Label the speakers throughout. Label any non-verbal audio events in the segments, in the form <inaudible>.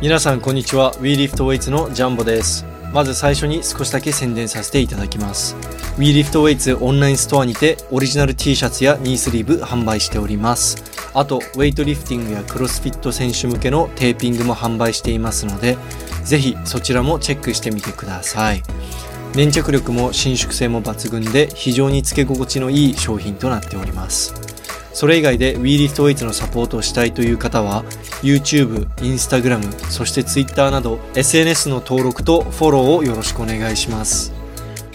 Speaker 1: 皆さんこんにちは WeLiftWeights のジャンボですまず最初に少しだけ宣伝させていただきます WeLiftWeights オンラインストアにてオリジナル T シャツやニースリーブ販売しておりますあとウェイトリフティングやクロスフィット選手向けのテーピングも販売していますのでぜひそちらもチェックしてみてください粘着力も伸縮性も抜群で非常につけ心地のいい商品となっておりますそれ以外で WeLiftWeights のサポートをしたいという方は YouTube、Instagram、そして Twitter など SNS の登録とフォローをよろしくお願いします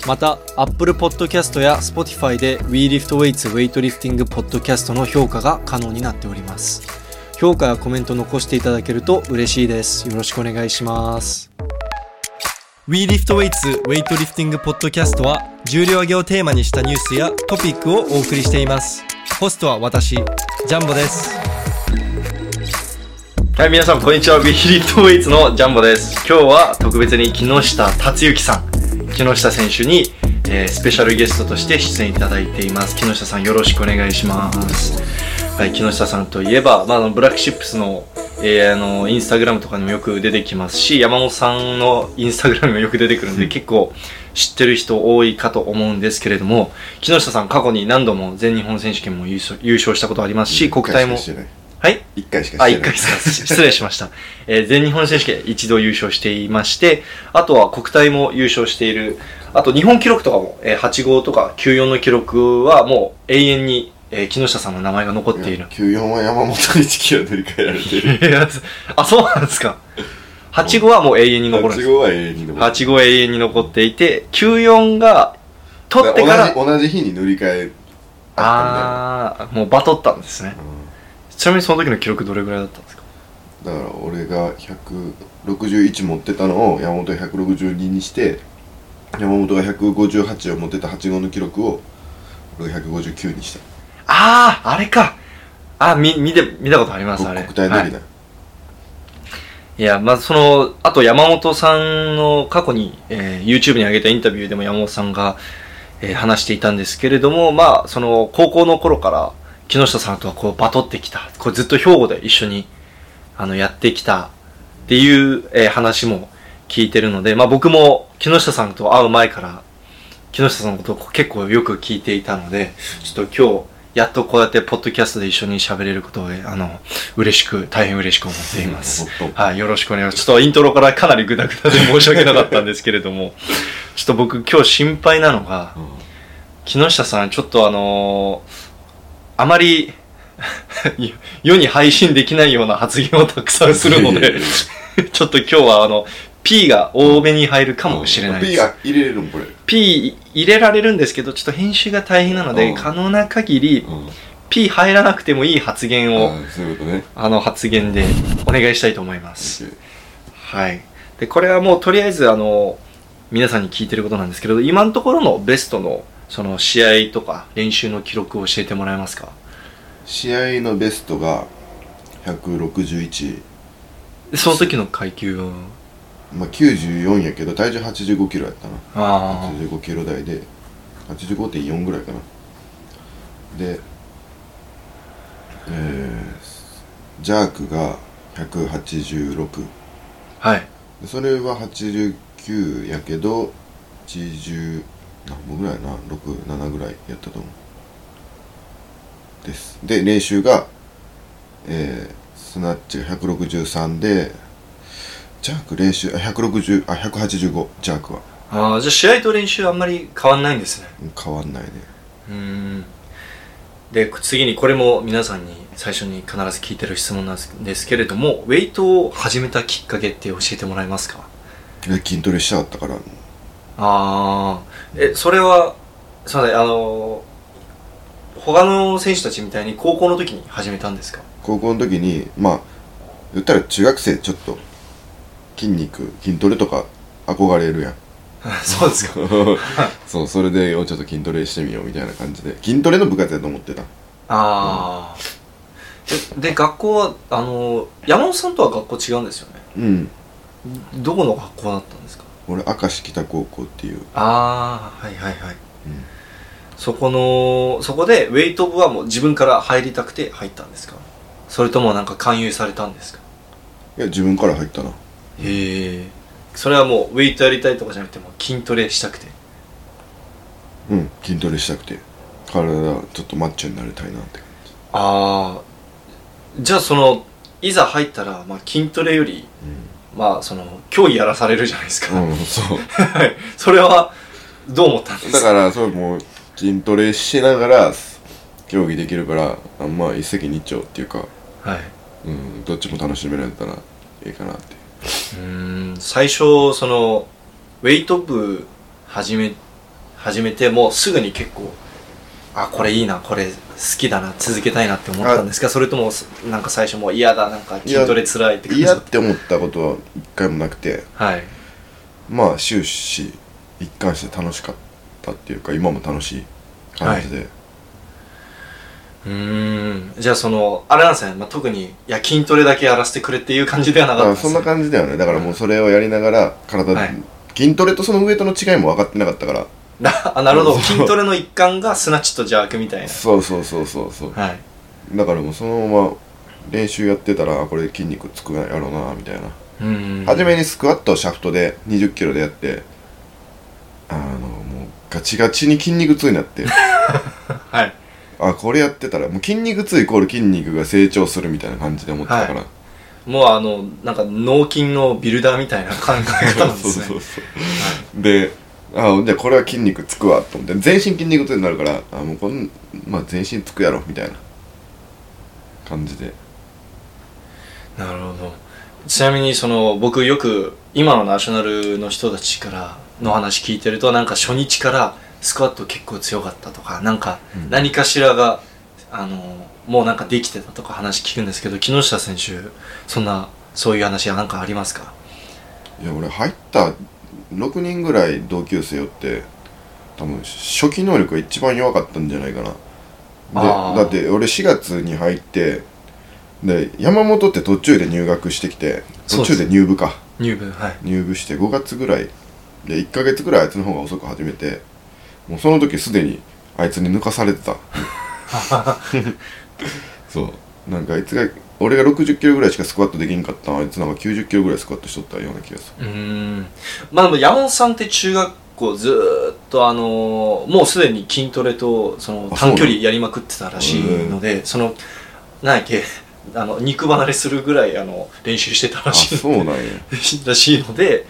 Speaker 1: また Apple Podcast や Spotify で WeLiftWeights ウェイトリフティングポッドキャストの評価が可能になっております評価やコメント残していただけると嬉しいですよろしくお願いします WeLiftWeights ウェイトリフティングポッドキャストは重量挙げをテーマにしたニュースやトピックをお送りしていますホストは私ジャンボですはい皆さんこんにちは WeLiftWeights のジャンボです今日は特別に木下達之さん木下選手に、えースペシャルゲストとして出演いただいています木下さんよろしくお願いしますはい、木下さんといえば、まあ、あのブラックシップスの,、えーあのインスタグラムとかにもよく出てきますし山本さんのインスタグラムにもよく出てくるんで、結構知ってる人多いかと思うんですけれども木下さん過去に何度も全日本選手権も優勝優勝したことありますし国体もはい
Speaker 2: 一回しか
Speaker 1: あ、
Speaker 2: して
Speaker 1: 一
Speaker 2: な
Speaker 1: 回
Speaker 2: い
Speaker 1: です。失礼しました。えー全日本選手権一度優勝していまして、あとは国体も優勝している、あと日本記録とかも、えー8号とか94の記録はもう永遠に、えー木下さんの名前が残っている。
Speaker 2: 94は山本に地球を塗り替えられて
Speaker 1: <laughs> い
Speaker 2: る
Speaker 1: や <laughs> あ、そうなんですか。8号はもう永遠に残るんで
Speaker 2: 8
Speaker 1: す。
Speaker 2: 号は永遠に残る
Speaker 1: 8号永遠に残っていて、94が取ってから、
Speaker 2: 同じ同じ日に塗り替えあっ
Speaker 1: あー、もうバトったんですね
Speaker 2: た。ん
Speaker 1: ちなみにその時の記録どれぐらいだったんですか
Speaker 2: だよ、うん、だから俺が161持ってたのを山本が162にして山本が158を持ってた8号の記録を俺が159にした
Speaker 1: ああ、あれか。あ、み、見て、見たことあります、あれ。
Speaker 2: 国体のり
Speaker 1: は
Speaker 2: だ、
Speaker 1: い、いや、まずその、あと山本さんの過去に、えー YouTube に上げたインタビューでも山本さんが、えー話していたんですけれども、まあ、その、高校の頃から、木下さんとはこう、バトってきた。こう、ずっと兵庫で一緒に、あの、やってきたっていう、えー話も聞いてるので、まあ僕も木下さんと会う前から、木下さんのことをこう結構よく聞いていたので、ちょっと今日、やっとこうやってポッドキャストで一緒に喋れることを、えあの、嬉しく、大変嬉しく思っています。はい、よろしくお願いします。ちょっとイントロからかなりグダグダで申し訳なかったんですけれども、 <laughs> ちょっと僕今日心配なのが、木下さん、ちょっとあのーあまり <laughs> 世に配信できないような発言をたくさんするの
Speaker 2: いやい
Speaker 1: で
Speaker 2: や
Speaker 1: <laughs>
Speaker 2: い、
Speaker 1: ちょっと今日はあの、P が多めに入るかもしれないで
Speaker 2: P
Speaker 1: す。
Speaker 2: が入れれるのこれ
Speaker 1: P 入れられるんですけど、ちょっと編集が大変なの
Speaker 2: う
Speaker 1: で、
Speaker 2: ん
Speaker 1: 可能な限り
Speaker 2: うん
Speaker 1: P 入らなくてもいい発言を、
Speaker 2: ああそういうことね
Speaker 1: あの発言でお願いしたいと思います。はい。で、これはもうとりあえず、あの、皆さんに聞いてることなんですけど、今のところのベストの、その試合とか練習の記録を教えてもらえますか
Speaker 2: 試合のベストが161
Speaker 1: でその時の階級を。
Speaker 2: まあ94やけど体重85キロやったな
Speaker 1: あ
Speaker 2: 85キロ台で85.4ぐらいかなでえー、ジャークが186
Speaker 1: あ。はい。
Speaker 2: でそれは89やけど80何本ぐらいやな67ぐらいやったと思うですで練習がえー、スナッチが163でジャーク練習あ160あ185ジャークは
Speaker 1: ああ、じゃあ試合と練習あんまり変わんないんですね。
Speaker 2: うん変わんないね
Speaker 1: うーん。で、次にこれも皆さんに最初に必ず聞いてる質問なんですけれども、ウェイトを始めたきっかけって教えてもらえますか
Speaker 2: え筋トレしちゃったから
Speaker 1: ああえそれはすみませんあのー他の選手たちみたいに高校の時に始めたんですか
Speaker 2: 高校の時にまあ言ったら中学生ちょっと筋肉筋トレとか憧れるやん
Speaker 1: <laughs> そうですか
Speaker 2: そうそれでおちょっと筋トレしてみようみたいな感じで筋トレの部活やと思ってた
Speaker 1: ああ、でで学校はあのー山本さんとは学校違うんですよね
Speaker 2: うん
Speaker 1: どこの学校だったんですか
Speaker 2: 俺明石北高校っていう
Speaker 1: ああはいはいはい、
Speaker 2: うん
Speaker 1: そこのそこでウェイト部はもう自分から入りたくて入ったんですかそれともなんか勧誘されたんですか
Speaker 2: ウいや自分から入ったな
Speaker 1: へえそれはもうウェイトやりたいとかじゃなくてもう筋トレしたくて
Speaker 2: うん筋トレしたくて体ちょっとマッチョになりたいなって感じ
Speaker 1: ああじゃあそのいざ入ったら、まあ、筋トレよりまあその競技やらされるじゃないですか、
Speaker 2: うん、そう
Speaker 1: はいそれはどう思ったんです
Speaker 2: だ
Speaker 1: か
Speaker 2: からそれもう筋トレしながら競技できるからあまあ一石二鳥っていうか、
Speaker 1: はい
Speaker 2: うん、どっちも楽しめられたらいいかなって
Speaker 1: うーん最初そのウェイト部始め始めてもうすぐに結構あこれいいなこれ好きだな続けたいなって思ったんですかそれともなんか最初もう嫌だなんか筋トレつらいって感じだ
Speaker 2: 嫌
Speaker 1: っ
Speaker 2: って思ったことは一回もなくて
Speaker 1: たはい
Speaker 2: まあ終始一貫して楽しかったっていうか今も楽しい感じで、
Speaker 1: うーんじゃあそのあれなんですね、まあ、特にいや筋トレだけやらせてくれっていう感じではな
Speaker 2: だ
Speaker 1: かっ
Speaker 2: か
Speaker 1: たんで
Speaker 2: ら
Speaker 1: す、ね、
Speaker 2: そんな感じだよねだからもうそれをやりながら体、
Speaker 1: はい
Speaker 2: 筋トレとそのウエイトの違いも分かってなかったから
Speaker 1: な <laughs> あなるほど
Speaker 2: そう
Speaker 1: 筋トレの一環がスナッチとジャークみたい
Speaker 2: そうそうそうそうそう
Speaker 1: なはい
Speaker 2: だからもうそのまま練習やってたらあこれ筋肉つくやろうなみたいな
Speaker 1: うーん
Speaker 2: 初めにスクワットをシャフトで2 0キロでやってあのもうガチガチに筋肉痛になっ
Speaker 1: <laughs>
Speaker 2: て
Speaker 1: はい
Speaker 2: あこれやってたらもう筋肉痛イコール筋肉が成長するみたいな感じで思ってたから、
Speaker 1: もうあのなんか脳筋のビルダーみたいな考え <laughs> 方なんです
Speaker 2: そ
Speaker 1: ね
Speaker 2: う <laughs> そうそうであじゃあこれは筋肉つくわと思って全身筋肉痛になるからあもうこん、まあ、全身つくやろみたいな感じで
Speaker 1: なるほどちなみにその僕よく今のナショナルの人たちからの話聞いてるとなんか初日からスクワット結構強かったとかなんか
Speaker 2: うん
Speaker 1: 何かしらが、あのもうなんかできてたとか話聞くんですけど木下選手そんなそういう話は何かありますか
Speaker 2: いや俺入った6人ぐらい同級生よって多分初期能力が一番弱かったんじゃないかな
Speaker 1: あー
Speaker 2: でだって俺4月に入ってで山本って途中で入学してきて
Speaker 1: そう
Speaker 2: 途
Speaker 1: です
Speaker 2: 中で入部か
Speaker 1: 入部はい
Speaker 2: 入部して5月ぐらいで1ヶ月ぐらいあいつの方が遅く始めてもうその時すでにあいつに抜かされてたそうなんかあいつが俺が60キロぐらいしかスクワットできんかったんあいつなんか90キロぐらいスクワットしとったような気がする
Speaker 1: うーんまあでも山本さんって中学校ずーっとあのーもうすでに筋トレとその
Speaker 2: あそ
Speaker 1: 短
Speaker 2: うなの
Speaker 1: 距離やりまくってたらしいのでその何やっけ <laughs> あの肉離れするぐらいあの練習してた
Speaker 2: あ
Speaker 1: らしい
Speaker 2: そうなんや、
Speaker 1: <laughs> らしいので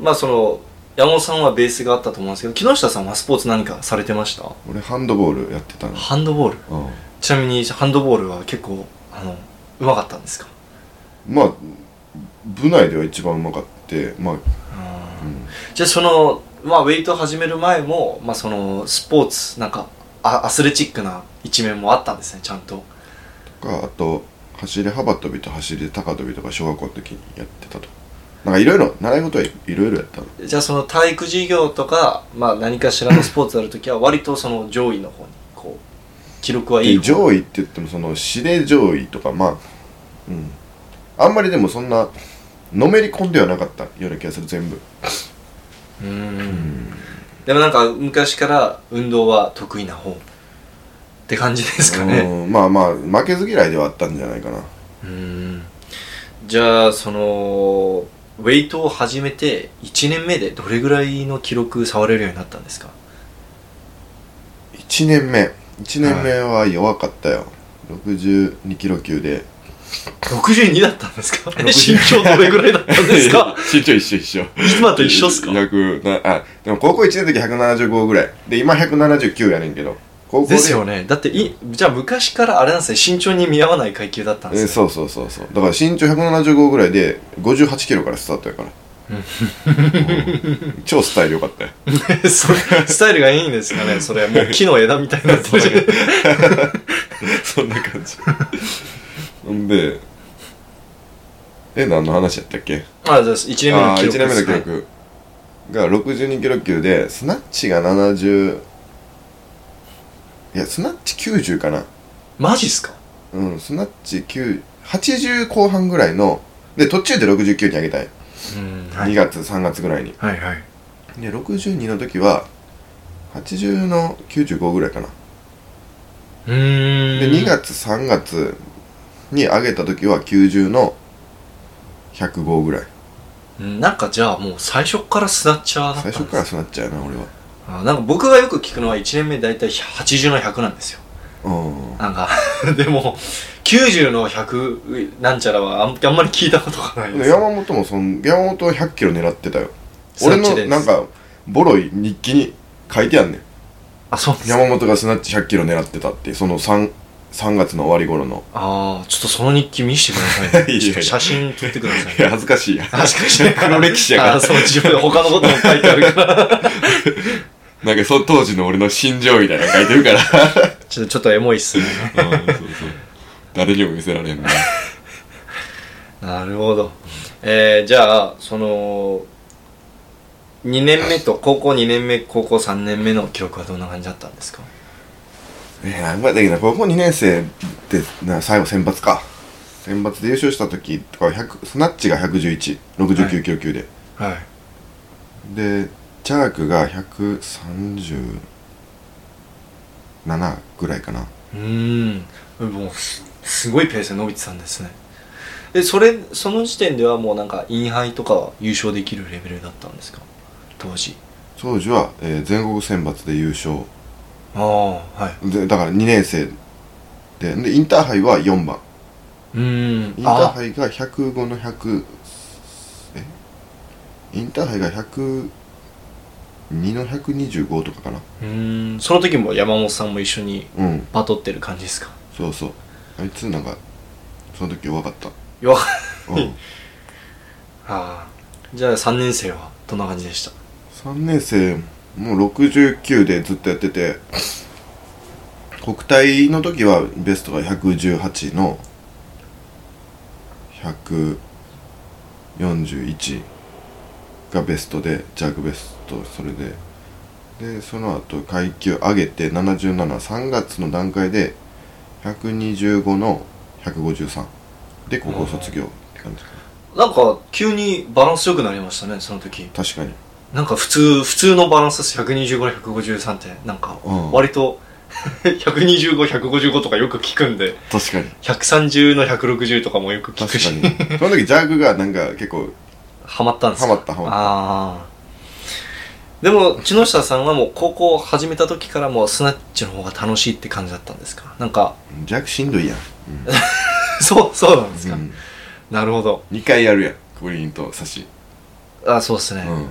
Speaker 1: まあその山本さんはベースがあったと思うんですけど木下さんはスポーツ何かされてました
Speaker 2: 俺ハンドボールやってたの
Speaker 1: ハンドボール
Speaker 2: うん
Speaker 1: ちなみにハンドボールは結構あのうまかったんですか
Speaker 2: まあ部内では一番うまかってまあ、
Speaker 1: うん
Speaker 2: うん
Speaker 1: じゃあその、まあ、ウェイトを始める前も、まあ、そのスポーツなんかあアスレチックな一面もあったんですねちゃんと
Speaker 2: とかあと走り幅跳びと走り高跳びとか小学校の時にやってたとなんかいろいろ習い事はいろいろやったの
Speaker 1: じゃあその体育授業とか、まあ、何かしらのスポーツやるときは割とその上位の方にこう記録はいい方
Speaker 2: 上位って言ってもその指令上位とかまあうんあんまりでもそんなのめり込んではなかったような気がする全部
Speaker 1: うーんでもなんか昔から運動は得意な方って感じですかね
Speaker 2: うんまあまあ負けず嫌いではあったんじゃないかな
Speaker 1: うーんじゃあそのウェイトを始めて1年目でどれぐらいの記録触れるようになったんですか
Speaker 2: 1年目1年目は弱かったよ、62キロ級で
Speaker 1: 62だったんですか
Speaker 2: <laughs> 60
Speaker 1: 身長どれぐらいだったんですか
Speaker 2: 身 <laughs> 長一緒一緒
Speaker 1: 今と一緒っすか
Speaker 2: 100なあでも高校1年の時175ぐらいで今179やねんけど高校
Speaker 1: ですよねだっていじゃあ昔からあれなんですね身長に見合わない階級だったん
Speaker 2: え
Speaker 1: ですね
Speaker 2: そうそうそうそうだから身長175ぐらいで58キロからスタートやからうん超スタイル良
Speaker 1: <laughs>
Speaker 2: かったよ
Speaker 1: そスタイルがいいんですかねそれもう木の枝みたいになってる
Speaker 2: そんな感じほんでえ何の話やったっけ
Speaker 1: <laughs> あじゃあ1年目
Speaker 2: あ
Speaker 1: の
Speaker 2: あ
Speaker 1: 記
Speaker 2: ー
Speaker 1: 録
Speaker 2: 1年
Speaker 1: で
Speaker 2: 目の記
Speaker 1: すね
Speaker 2: 録が62キロ級でスナッチが70いやスナッチ90かな
Speaker 1: マジっすか
Speaker 2: うんスナッチ9 80後半ぐらいので途中で69に上げたい、
Speaker 1: うん
Speaker 2: 2月3月ぐらいに
Speaker 1: はいはい
Speaker 2: で62の時は80の95ぐらいかな
Speaker 1: うーん
Speaker 2: で2月3月に上げた時は90の100号ぐらい
Speaker 1: うんなんかじゃあもう最初っからスナッチャーだったん
Speaker 2: 最
Speaker 1: です
Speaker 2: 初からそうなっちゃうな俺は
Speaker 1: あなんか僕がよく聞くのは1年目大体80の100なんですよ
Speaker 2: うん
Speaker 1: なんか <laughs> でも90の100なんちゃらはあんあんまり聞いたことがないです
Speaker 2: 山本もその山本は100キロ狙ってたよ
Speaker 1: スナ
Speaker 2: 俺
Speaker 1: ッチ
Speaker 2: の
Speaker 1: です
Speaker 2: なんかボロい日記に書いてあんねん
Speaker 1: あそうなんですか
Speaker 2: 山本がスナッチ100キロ狙ってたってその 3, 3月の終わり頃の
Speaker 1: ああちょっとその日記見せてください、ね、
Speaker 2: <laughs> いやいや
Speaker 1: 写真撮ってください、
Speaker 2: いや恥ずかしいや
Speaker 1: 恥ずかしい
Speaker 2: 黒歴史やから
Speaker 1: <laughs> あそう自分で他のことも書いてあるから <laughs>
Speaker 2: なんかそ当時の俺の心情みたいなの書いてるから
Speaker 1: ちょっとちょっとエモいっすね
Speaker 2: うんそうそう誰にも見せられんな
Speaker 1: なるほど。えー、じゃあ、その、2年目と、高校2年目、高校3年目の記録はどんな感じだったんですか
Speaker 2: <laughs> えー、なんかだけどな高校2年生でな最後選抜か選抜で優勝した時とかは100スナッチが11169キロ級で、
Speaker 1: はい。
Speaker 2: でチャークが137ぐらいかな
Speaker 1: うーん。もうす、すごいペースで伸びてたんですね。で、それ、その時点ではもうなんか、インハイとかは優勝できるレベルだったんですか当時。
Speaker 2: 当時は、えー全国選抜で優勝
Speaker 1: ああ、はい。
Speaker 2: でだから2年生ででインターハイは4番
Speaker 1: うーん。
Speaker 2: インター
Speaker 1: あ
Speaker 2: ハイが105の100えインターハイが102の125とかかな
Speaker 1: うーん。その時も山本さんも一緒に
Speaker 2: うん
Speaker 1: バトってる感じですか
Speaker 2: そうそうあいつなんかその時弱かった
Speaker 1: 弱い。
Speaker 2: うん
Speaker 1: ああ。じゃあ、3年生はどんな感じでした
Speaker 2: 3年生もう69でずっとやってて国体の時はベストが118の141がベストでジャークベストそれででその後階級上げて773月の段階で125の153で高校卒業って感じか
Speaker 1: なんか急にバランス良くなりましたねその時
Speaker 2: な確かに
Speaker 1: なんか普通普通のバランスです125から153ってなんか
Speaker 2: うん
Speaker 1: 割と125155とかよく聞くんで
Speaker 2: 確かに
Speaker 1: 130の160とかもよく聞く
Speaker 2: 確か
Speaker 1: し
Speaker 2: にその時ジャークがなんか結構
Speaker 1: ハマったんですか
Speaker 2: ハマったハマった
Speaker 1: あーでも木下さんはもう高校を始めた時からもうスナッチの方が楽しいって感じだったんですかなんか <laughs>
Speaker 2: 弱しんどいやん、
Speaker 1: そうそうなんですか、
Speaker 2: うん
Speaker 1: なるほど
Speaker 2: 2回やるやんクリーンと差し、
Speaker 1: あそうです
Speaker 2: う
Speaker 1: ね、
Speaker 2: ん、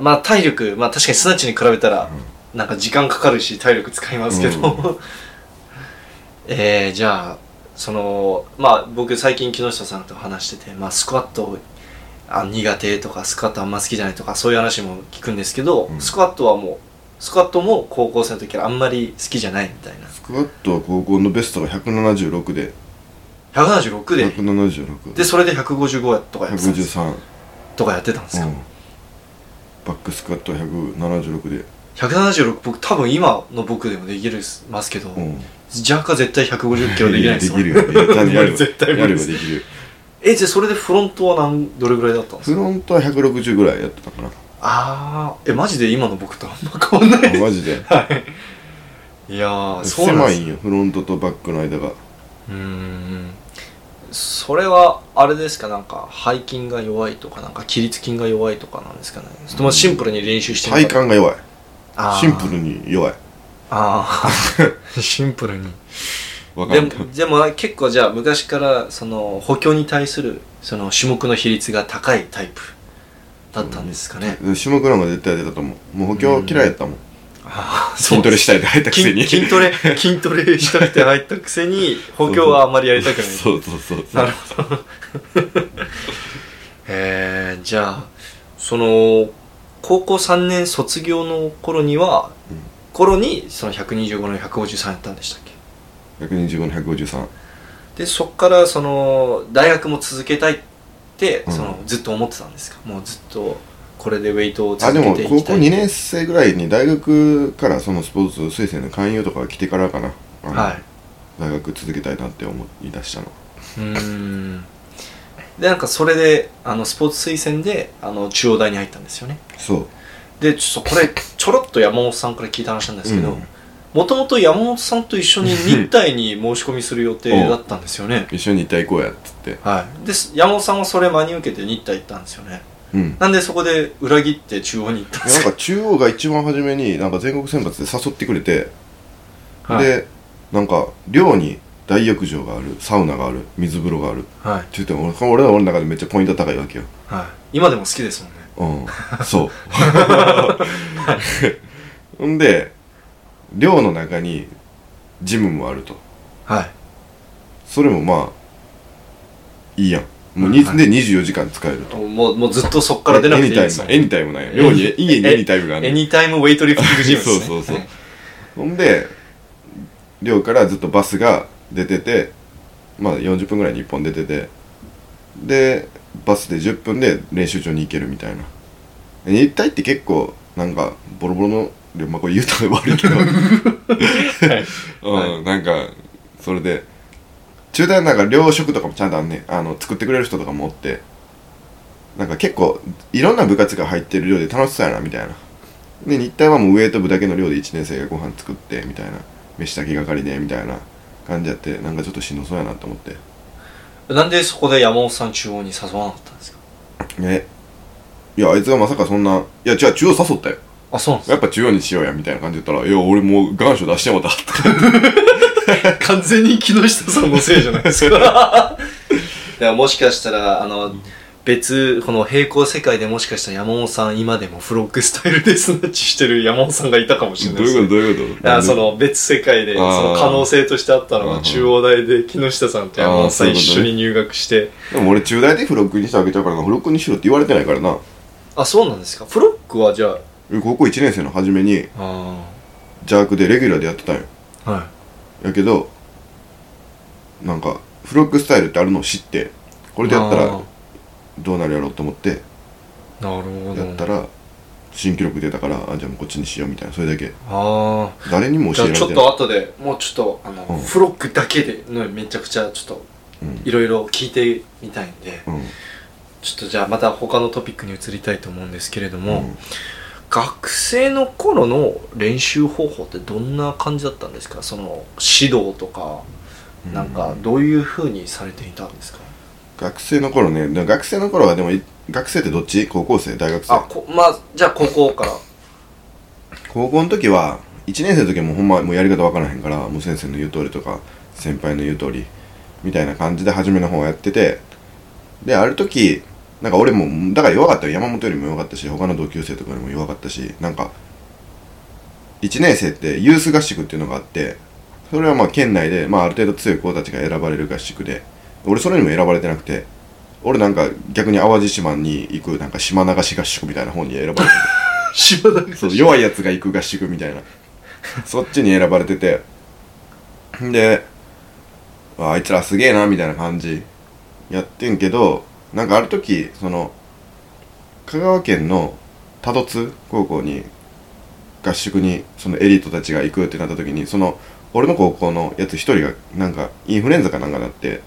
Speaker 1: まあ体力、まあ確かにスナッチに比べたら、なんか時間かかるし体力使いますけど、
Speaker 2: う
Speaker 1: <laughs> えー、じゃあ、その、まあ僕最近木下さんと話してて、まあスクワットあ苦手とかスクワットあんま好きじゃないとかそういう話も聞くんですけど、
Speaker 2: うん
Speaker 1: スクワットはもう、スクワットも高校生の時からあんまり好きじゃないみたいな。
Speaker 2: スクワットは高校のベストが176で
Speaker 1: 176で、
Speaker 2: 176
Speaker 1: で、それで155とかやってたんです
Speaker 2: 153、
Speaker 1: とかやってたんですか、
Speaker 2: うんバックスクワットは176で、
Speaker 1: ?176 僕多分今の僕でもできるますけど、
Speaker 2: うん、
Speaker 1: ジャークは絶対150キロできないです
Speaker 2: <laughs> で
Speaker 1: よ
Speaker 2: きるよやればやれば
Speaker 1: <laughs> 絶対無理
Speaker 2: やれ
Speaker 1: で
Speaker 2: ば
Speaker 1: す
Speaker 2: できる
Speaker 1: えじゃあそれでフロントはなんどれぐらいだったんです
Speaker 2: フ
Speaker 1: か
Speaker 2: ロントは160ぐらいやってたかな
Speaker 1: ああえマジで今の僕とあんま変わんない
Speaker 2: マジで
Speaker 1: いやーそうなん
Speaker 2: 狭
Speaker 1: で
Speaker 2: い
Speaker 1: す
Speaker 2: んよフロントとバックの間が
Speaker 1: うーんそれはあれですかなんか背筋が弱いとかなんか起立筋が弱いとかなんですかねちょっとまあシンプルに練習して
Speaker 2: 体幹が弱いシンプ
Speaker 1: ル
Speaker 2: ルに弱い
Speaker 1: ああ <laughs> シンプルに
Speaker 2: わか
Speaker 1: で
Speaker 2: る
Speaker 1: もでも結構じゃあ昔からその補強に対するその種目の比率が高いタイプだったんですかね、
Speaker 2: 種目なんか絶対出たと思うもう補強嫌いやったもん
Speaker 1: ああ
Speaker 2: 筋トレしたいって入ったくせに
Speaker 1: 筋筋トレ筋トレしたくて入ったくせに補強はあんまりやりた <laughs> くない
Speaker 2: そうそうそうそう
Speaker 1: なるほどえー、じゃあその高校3年卒業の頃には、
Speaker 2: うん
Speaker 1: 頃にその125の153やったんでしたっけ
Speaker 2: 125の153
Speaker 1: でそっからその大学も続けたいって、
Speaker 2: うん
Speaker 1: そのずっと思ってたんですかもうずっとこれでウェイトを
Speaker 2: あ
Speaker 1: 続
Speaker 2: で
Speaker 1: け
Speaker 2: も
Speaker 1: てい
Speaker 2: 高
Speaker 1: き
Speaker 2: 校
Speaker 1: た
Speaker 2: 2
Speaker 1: い
Speaker 2: 年生ぐらいに大学からそのスポーツ推薦の勧誘とかが来てからかなあの
Speaker 1: はい
Speaker 2: 大学続けたいなって思い出したの
Speaker 1: うーんでなんかそれであのスポーツ推薦であの中央大に入ったんですよね
Speaker 2: そう
Speaker 1: でちょっとこれちょろっと山本さんから聞いた話なんですけど、
Speaker 2: うん
Speaker 1: もともと山本さんと一緒に日体に申し込みする予定だったんですよね
Speaker 2: 一緒に行った行こうやっつって
Speaker 1: はいです山本さんはそれ真に受けて日体行ったんですよね <laughs>
Speaker 2: うん
Speaker 1: なんでそこで裏切って中央に行ったんで
Speaker 2: な
Speaker 1: す
Speaker 2: ん
Speaker 1: か
Speaker 2: か中央が一番初めになんか全国選抜で誘ってくれて、
Speaker 1: はい、
Speaker 2: でなんか寮に大浴場があるサウナがある水風呂があるって
Speaker 1: はい
Speaker 2: 言っても俺俺は俺の中でめっちゃポイント高いわけよ
Speaker 1: はい、今でも好きですもんね
Speaker 2: うんそう <laughs> んで寮の中にジムもあると
Speaker 1: はい
Speaker 2: それもまあいいやんもうに、
Speaker 1: はい
Speaker 2: で24時間使えると
Speaker 1: もうもうずっとそこから出なくていいんですよ
Speaker 2: エニタイムエニタイムなんや寮に
Speaker 1: え
Speaker 2: 家に
Speaker 1: え
Speaker 2: エニタイムがあ
Speaker 1: エ
Speaker 2: るの
Speaker 1: ニタイムウェイトリフティングジムですね
Speaker 2: そうそうそう
Speaker 1: はい
Speaker 2: ほんで寮からずっとバスが出ててまあ40分ぐらいに1本出ててでバスで10分で練習場に行けるみたいな日体って結構なんかボロボロの寮まあこれ言うと悪いけど、
Speaker 1: はい
Speaker 2: <laughs> うん、なんかそれで中大なんか寮食とかもちゃんとあんねんあの作ってくれる人とかもおってなんか結構いろんな部活が入ってる寮で楽しそうやなみたいなで日体はもうウエイト部だけの寮で1年生がご飯作ってみたいな飯だけ係でみたいな感じやってなんかちょっとしんどそうやなと思って
Speaker 1: なんでそこで山本さん中央に誘わなかったんですか
Speaker 2: ねいやあいつがまさかそんないや違う中央誘ったよ
Speaker 1: あそうなんです
Speaker 2: やっぱ中央にしようやみたいな感じで言ったらいや俺もう願書出してもうたって
Speaker 1: か完全に木下さんのせいじゃないですかだ
Speaker 2: <laughs>
Speaker 1: からもしかしたらあの別この平行世界でもしかしたら山本さん今でもフロッグスタイルでスナッチしてる山本さんがいたかもしれな
Speaker 2: <laughs>
Speaker 1: い
Speaker 2: ど
Speaker 1: うです
Speaker 2: いう
Speaker 1: ね
Speaker 2: <laughs> ことどういうこと
Speaker 1: だからその別世界でそ
Speaker 2: あー
Speaker 1: の可能性としてあったの
Speaker 2: うんう
Speaker 1: は
Speaker 2: ん
Speaker 1: 中央大で木下さんと山本さん
Speaker 2: あー
Speaker 1: 一
Speaker 2: そういうこと
Speaker 1: 緒
Speaker 2: ね
Speaker 1: に入学して
Speaker 2: でも俺中大でフロックにしてあげちゃうからなフロックにしろって言われてないからな
Speaker 1: あそうなんですかフロッグはじゃあ
Speaker 2: 高校1年生の初めに
Speaker 1: あ
Speaker 2: 邪悪でレギュラーでやってたんよ
Speaker 1: あはい
Speaker 2: やけどなんかフロックスタイルってあるのを知ってこれでやった
Speaker 1: あ
Speaker 2: らどうなるやろうと思って
Speaker 1: ーなるほど
Speaker 2: やったら新記録出たからあじゃあもうこっちにしようみたいなそれだけ
Speaker 1: ああ
Speaker 2: 誰にも
Speaker 1: じ
Speaker 2: 教
Speaker 1: ゃ
Speaker 2: え
Speaker 1: あ
Speaker 2: られ
Speaker 1: ちょ
Speaker 2: て
Speaker 1: っと後でもうちょっとあの、
Speaker 2: うん
Speaker 1: フロックだけでのめちゃくちゃちょっと
Speaker 2: うん
Speaker 1: いろいろ聞いてみたいんで
Speaker 2: うん
Speaker 1: ちょっとじゃあまた他のトピックに移りたいと思うんですけれども、
Speaker 2: うん
Speaker 1: 学生の頃の練習方法ってどんな感じだったんですかその指導とか
Speaker 2: うん
Speaker 1: なんかどういうふうにされていたんですか、
Speaker 2: 学生の頃ねでも学生の頃はでもい学生ってどっち高校生大学
Speaker 1: あ
Speaker 2: 生
Speaker 1: こまあじゃあ高校
Speaker 2: <laughs>
Speaker 1: から
Speaker 2: 高校の時は1年生の時はもうほんまもうやり方わからへんからもう先生の言う通りとか先輩の言う通りみたいな感じで初めの方はやっててである時なんか俺もだから弱かったよ山本よりも弱かったし他の同級生とかよりも弱かったしなんか1年生ってユース合宿っていうのがあってそれはまあ県内で、まあ、ある程度強い子たちが選ばれる合宿で俺それにも選ばれてなくて俺なんか逆に淡路島に行くなんか島流し合宿みたいな方に選ばれてて
Speaker 1: 島田
Speaker 2: そう弱いやつが行く合宿みたいなそっちに選ばれててでああいつらすげえなみたいな感じやってんけどなんかある時その香川県の多度津高校に合宿にそのエリートたちが行くってなった時にその俺の高校のやつ一人がなんかインフルエンザかなんかなって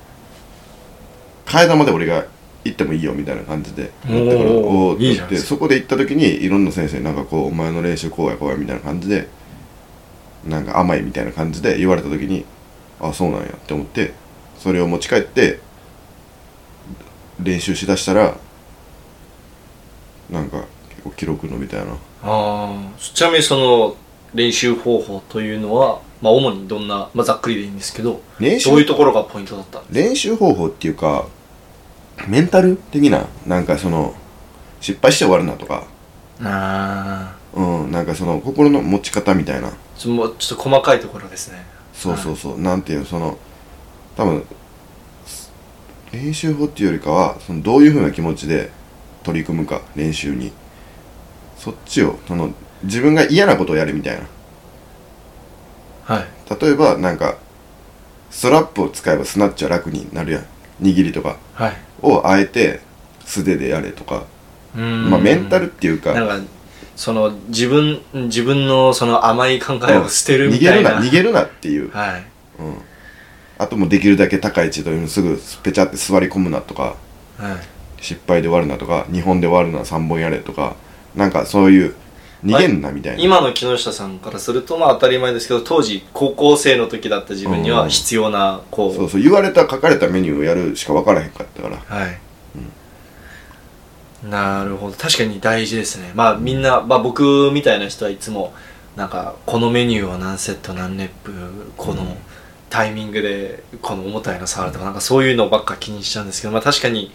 Speaker 2: 替え玉で俺が行ってもいいよみたいな感じで
Speaker 1: おー
Speaker 2: だからおー
Speaker 1: いいじゃないですか
Speaker 2: そこで行った時にいろんな先生になんかこうお前の練習こうやこうやみたいな感じでなんか甘いみたいな感じで言われた時にあそうなんやって思ってそれを持ち帰って練習しだしたらなんか結構記録伸びたよな
Speaker 1: ああちなみにその練習方法というのは、まあ、主にどんな、まあ、ざっくりでいいんですけど
Speaker 2: 練習
Speaker 1: どういうところがポイントだったんです
Speaker 2: 練習方法っていうかメンタル的ななんかその失敗して終わるなとか
Speaker 1: かああ
Speaker 2: うんなんかその心の持ち方みたいな
Speaker 1: ちょもうちょっと細かいところですね
Speaker 2: そうそうそう、なんていうのその多分す練習法っていうよりかはそのどういうふうな気持ちで取り組むか練習にそっちをその自分が嫌なことをやるみたいな
Speaker 1: はい
Speaker 2: 例えばなんかストラップを使えばスナッチは楽になるやん握りとか
Speaker 1: はい
Speaker 2: をあえて素手でやれとか、
Speaker 1: ま
Speaker 2: まあメンタルっていうか
Speaker 1: なんかその自分自分のその甘い考えを捨てる
Speaker 2: 逃
Speaker 1: み
Speaker 2: げ
Speaker 1: た
Speaker 2: る
Speaker 1: いな、
Speaker 2: な逃げるなっていう、
Speaker 1: はい
Speaker 2: うん、あともうできるだけ高い位置とすぐペチャって座り込むなとか
Speaker 1: はい
Speaker 2: 失敗で終わるなとか2本で終わるな3本やれとかなんかそういう逃げんなみたいな、
Speaker 1: 今の木下さんからするとまあ当たり前ですけど当時高校生の時だった自分に
Speaker 2: う
Speaker 1: は
Speaker 2: ん
Speaker 1: 必要なこう
Speaker 2: そうそう言われた書かれたメニューをやるしか分からへんかったから
Speaker 1: はい、なるほど確かに大事ですねまあみんな、まあ、僕みたいな人はいつもなんかこのメニューは何セット何レップこの
Speaker 2: うん
Speaker 1: タイミングでこの重たいの触るとかなんかそういうのばっか気にしちゃうんですけど、まあ、確かに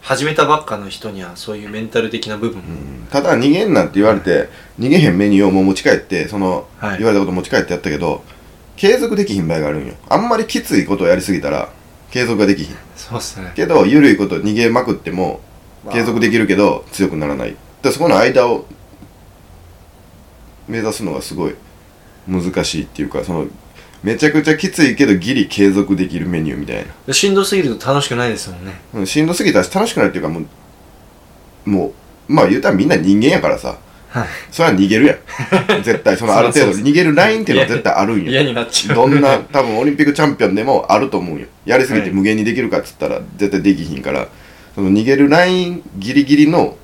Speaker 1: 始めたばっかの人にはそういうメンタル的な部分も、
Speaker 2: ただ逃げんなって言われて逃げへんメニューをもう持ち帰ってその、
Speaker 1: はい
Speaker 2: 言われたこと持ち帰ってやったけど継続できひん場合があるんよあんまりきついことをやりすぎたら継続ができひん
Speaker 1: そうですね
Speaker 2: けど緩いこと逃げまくっても
Speaker 1: まあ
Speaker 2: 継続できるけど強くならないでそこの間を目指すのがすごい難しいっていうかそのめちゃくちゃきついけどギリ継続できるメニューみたいな
Speaker 1: しんどすぎると楽しくないですもんね
Speaker 2: うんしんどすぎたし楽しくないっていうかもうもうまあ言うたらみんな人間やからさ
Speaker 1: はい
Speaker 2: それは逃げるやん絶対そのある程度
Speaker 1: <laughs> そうそう
Speaker 2: 逃げるラインっていうのは絶対あるん
Speaker 1: 嫌
Speaker 2: よ
Speaker 1: になっちゃう
Speaker 2: <laughs> どんな多分オリンピックチャンピオンでもあると思うよやりすぎて無限にできるかっつったら絶対できひんからその逃げるラインギリギリの